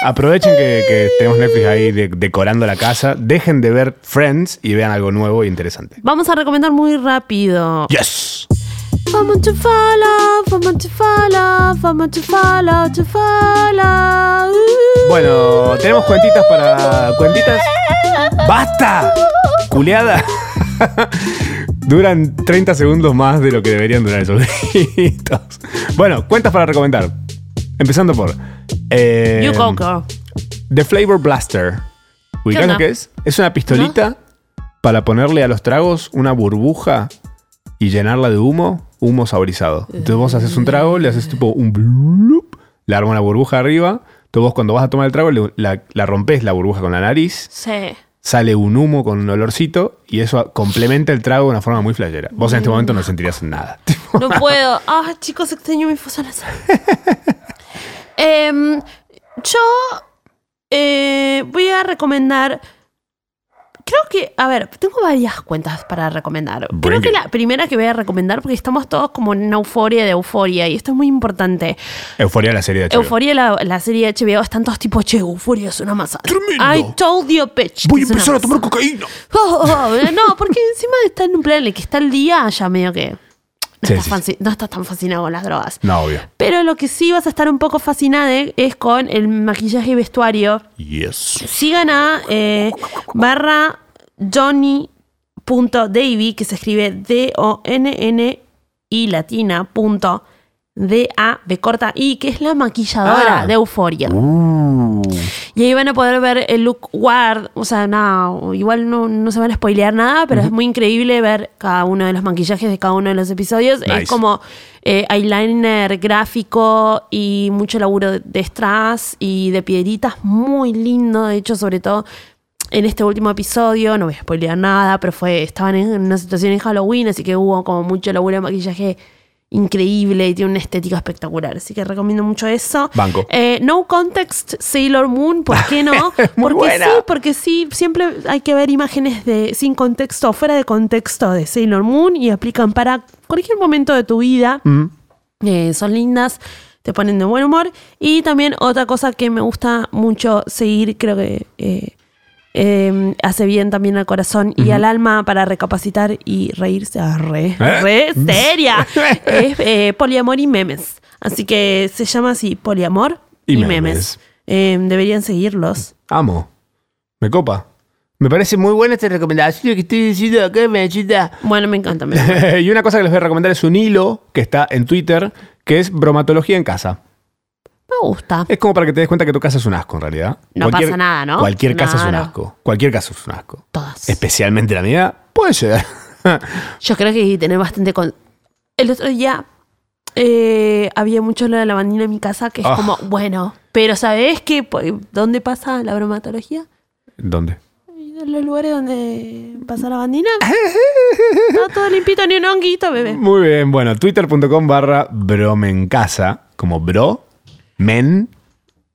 Speaker 2: Aprovechen que, que tenemos Netflix ahí de- decorando la casa. Dejen de ver Friends y vean algo nuevo e interesante.
Speaker 3: Vamos a recomendar muy rápido.
Speaker 2: Yes.
Speaker 3: Vamos to fall off, vamos to fall off, vamos to fall off, to fall off.
Speaker 2: Bueno, tenemos cuentitas para. ¿Cuentitas? ¡Basta! ¡Culeada! *laughs* Duran 30 segundos más de lo que deberían durar esos gritos. Bueno, cuentas para recomendar. Empezando por. eh,
Speaker 3: You go, girl.
Speaker 2: The Flavor Blaster. ¿Ubicás
Speaker 3: onda?
Speaker 2: lo que es? Es una pistolita para ponerle a los tragos una burbuja y llenarla de humo, humo saborizado. Entonces vos haces un trago, le haces tipo un blup, le arma una burbuja arriba. Entonces vos cuando vas a tomar el trago, le- la, la rompes la burbuja con la nariz,
Speaker 3: Sí.
Speaker 2: sale un humo con un olorcito y eso complementa el trago de una forma muy flashera. Vos en este momento no sentirías nada. *laughs* Tipo,
Speaker 3: No puedo. Ah, chicos, extraño mi
Speaker 2: *laughs*
Speaker 3: fosa nasal. Em, yo eh, voy a recomendar. Creo que, a ver, tengo varias cuentas para recomendar. Creo
Speaker 2: Bring
Speaker 3: que
Speaker 2: it.
Speaker 3: la primera que voy a recomendar, porque estamos todos como en una euforia de euforia, y esto es muy importante.
Speaker 2: Euforia la serie de HBO.
Speaker 3: Euforia, la, la serie de HBO, están todos tipo, che, euforia es una masa.
Speaker 1: Tremendo.
Speaker 3: I told you, bitch.
Speaker 1: Voy a
Speaker 3: que es
Speaker 1: empezar
Speaker 3: una
Speaker 1: a
Speaker 3: masa.
Speaker 1: tomar cocaína.
Speaker 3: *laughs* Oh, oh, oh, no, porque encima está en un plan en el que está el día, ya medio que. No,
Speaker 2: Sí,
Speaker 3: estás,
Speaker 2: sí,
Speaker 3: fanci- no estás tan fascinado con las drogas.
Speaker 2: No, obvio.
Speaker 3: Pero lo que sí vas a estar un poco fascinada es con el maquillaje y vestuario.
Speaker 1: Yes.
Speaker 3: Sigan a eh, barra Johnny.davy, que se escribe D-O-N-N y latina punto D-A de corta I, que es la maquilladora
Speaker 2: Ah.
Speaker 3: de Euforia. Y ahí van a poder ver el look Ward. O sea, no, igual no, no se van a spoilear nada, pero es muy increíble ver cada uno de los maquillajes de cada uno de los episodios.
Speaker 2: Nice.
Speaker 3: Es como eh, eyeliner gráfico y mucho laburo de, de strass y de piedritas. Muy lindo, de hecho, sobre todo. En este último episodio, no voy a spoilear nada, pero fue, estaban en una situación en Halloween, así que hubo como mucho laburo de maquillaje increíble y tiene una estética espectacular. Así que recomiendo mucho eso.
Speaker 2: Banco.
Speaker 3: Eh, no Context Sailor Moon, ¿por
Speaker 2: *laughs*
Speaker 3: qué no?
Speaker 2: Muy
Speaker 3: porque
Speaker 2: buena.
Speaker 3: sí, porque sí, siempre hay que ver imágenes de sin contexto o fuera de contexto de Sailor Moon y aplican para cualquier momento de tu vida.
Speaker 2: Mm.
Speaker 3: Eh, son lindas, te ponen de buen humor. Y también otra cosa que me gusta mucho seguir, creo que eh, eh, hace bien también al corazón y al alma para recapacitar y reírse. Ah, re,
Speaker 2: ¿Eh?
Speaker 3: re seria. es eh, poliamor y memes. Así que se llama así, poliamor y,
Speaker 2: Y
Speaker 3: memes.
Speaker 2: memes.
Speaker 3: Eh, deberían seguirlos.
Speaker 2: Amo. Me copa. Me parece muy buena esta recomendación que estoy diciendo acá, me ayuda. *laughs*
Speaker 3: Bueno, me encanta. me encanta.
Speaker 2: y una cosa que les voy a recomendar es un hilo que está en Twitter, que es bromatología en casa.
Speaker 3: Me gusta.
Speaker 2: Es como para que te des cuenta que tu casa es un asco en realidad.
Speaker 3: No pasa nada, ¿no?
Speaker 2: Cualquier casa es un
Speaker 3: Claro.
Speaker 2: asco. Cualquier casa es un asco.
Speaker 3: Todas.
Speaker 2: Especialmente la mía, puede llegar. *laughs*
Speaker 3: Yo creo que tener bastante con. El otro día eh, había mucho lo de la bandina en mi casa, que es
Speaker 2: Ah.
Speaker 3: como, bueno, pero ¿sabes qué? Po- ¿Dónde pasa la bromatología?
Speaker 2: ¿Dónde?
Speaker 3: En los lugares donde pasa la bandina. Está todo limpito, ni un honguito, bebé.
Speaker 2: Muy bien, bueno, twitter.com barra bromencasa, como bro, men,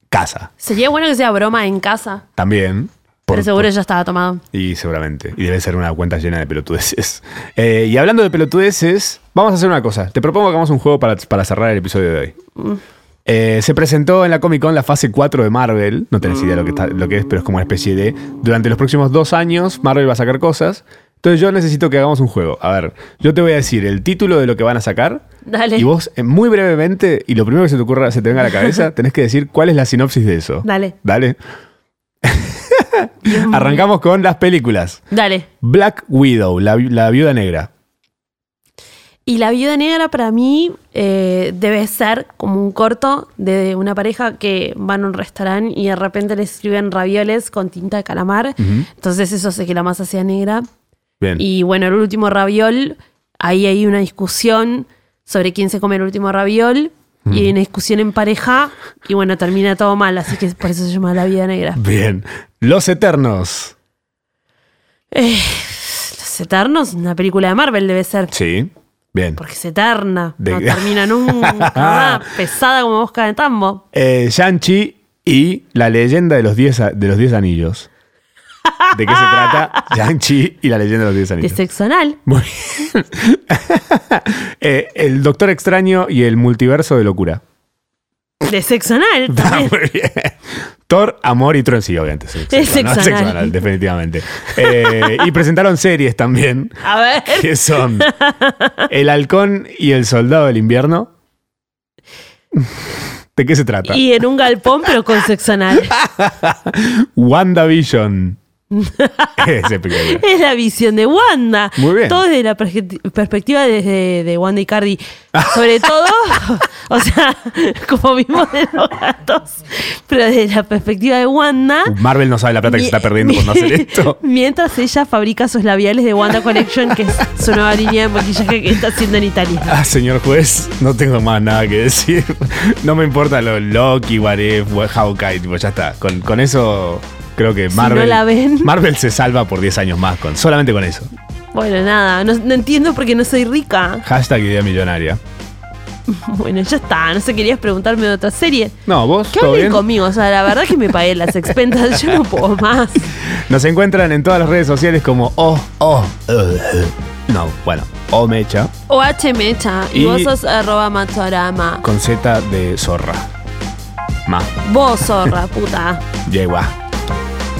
Speaker 2: casa,
Speaker 3: Sería bueno que sea broma en casa,
Speaker 2: también. por-
Speaker 3: pero seguro ya estaba tomado.
Speaker 2: Y seguramente. Y debe ser una cuenta llena de pelotudeces. *laughs* Eh, y hablando de pelotudeces, vamos a hacer una cosa. Te propongo que hagamos un juego para, para cerrar el episodio de hoy. Eh, se presentó en la Comic Con la fase 4 de Marvel. No tenés idea lo que, está- lo que es, pero es como una especie de. Durante los próximos dos años, Marvel va a sacar cosas. Entonces yo necesito que hagamos un juego. A ver, yo te voy a decir el título de lo que van a sacar.
Speaker 3: Dale.
Speaker 2: Y vos, eh, muy brevemente, y lo primero que se te ocurra, se te venga a la cabeza, tenés que decir cuál es la sinopsis de eso.
Speaker 3: Dale.
Speaker 2: Dale. *laughs* Arrancamos con las películas.
Speaker 3: Dale.
Speaker 2: Black Widow, la, vi- la viuda negra.
Speaker 3: Y la viuda negra para mí eh, debe ser como un corto de una pareja que van a un restaurante y de repente les sirven ravioles con tinta de calamar. Entonces eso hace que la masa sea negra.
Speaker 2: Mm. Bien.
Speaker 3: Y bueno, el último raviol, ahí hay una discusión sobre quién se come el último raviol. Y hay una discusión en pareja. Y bueno, termina todo mal. Así que por eso se llama la viuda negra.
Speaker 2: Bien. Los Eternos.
Speaker 3: Eh, Los Eternos, una película de Marvel debe ser.
Speaker 2: Sí. Bien.
Speaker 3: Porque es eterna.
Speaker 2: De-
Speaker 3: No termina nunca.
Speaker 2: *laughs*
Speaker 3: ¿verdad? Pesada como mosca de tambo.
Speaker 2: Eh, Shang-Chi y la leyenda de los 10 a- de los 10 anillos. ¿De qué
Speaker 3: *laughs*
Speaker 2: se trata? Shang-Chi y la leyenda de los 10
Speaker 3: De
Speaker 2: anillos.
Speaker 3: sexo anal.
Speaker 2: Muy bien. Eh, el Doctor Extraño y el multiverso de
Speaker 3: *laughs*
Speaker 2: locura.
Speaker 3: De sexo anal.
Speaker 2: Está
Speaker 3: también.
Speaker 2: muy bien. Thor, amor y trueno. Sí, obviamente. Es sexo,
Speaker 3: Es
Speaker 2: ¿no?
Speaker 3: sexo
Speaker 2: Sexo
Speaker 3: anal.
Speaker 2: anal, definitivamente. Eh, y presentaron series también,
Speaker 3: A ver. *laughs*
Speaker 2: que son El Halcón y el Soldado del Invierno. ¿De qué se trata? *laughs*
Speaker 3: Y en un galpón, pero con sexo anal. *laughs*
Speaker 2: WandaVision. es espectacular.
Speaker 3: Es la visión de Wanda.
Speaker 2: Muy bien.
Speaker 3: Todo desde la perje- perspectiva desde de Wanda y Cardi.
Speaker 2: *laughs*
Speaker 3: Sobre todo, *laughs* o sea, como vimos de los gatos, pero desde la perspectiva de Wanda.
Speaker 2: Marvel no sabe la plata que se está perdiendo por no
Speaker 3: *laughs*
Speaker 2: hacer esto.
Speaker 3: Mientras ella fabrica sus labiales de Wanda Collection, que es su nueva línea de maquillaje que está haciendo en Italia.
Speaker 2: Ah, señor juez, no tengo más nada que decir. No me importa lo Loki, What If, what- Hawkeye, tipo, ya está. Con, con eso creo que
Speaker 3: Si
Speaker 2: Marvel.
Speaker 3: no la ven.
Speaker 2: Marvel se salva por 10 años más, con, solamente con eso.
Speaker 3: Bueno, nada, no, no entiendo porque no soy *laughs* rica.
Speaker 2: Hashtag idea millonaria.
Speaker 3: Bueno, ya está, no sé, querías preguntarme de otra serie.
Speaker 2: No, vos,
Speaker 3: ¿Qué
Speaker 2: ¿todo
Speaker 3: hablen
Speaker 2: bien?
Speaker 3: conmigo? O sea, la verdad que me pagué *laughs* las expensas, yo no puedo más.
Speaker 2: Nos encuentran en todas las redes sociales como oh, oh, uh, uh. no, bueno, o mecha
Speaker 3: O H Mecha. Y,
Speaker 2: Y-
Speaker 3: vos sos arroba matorama.
Speaker 2: con Z de zorra. Ma,
Speaker 3: Vos, zorra, puta.
Speaker 2: yegua.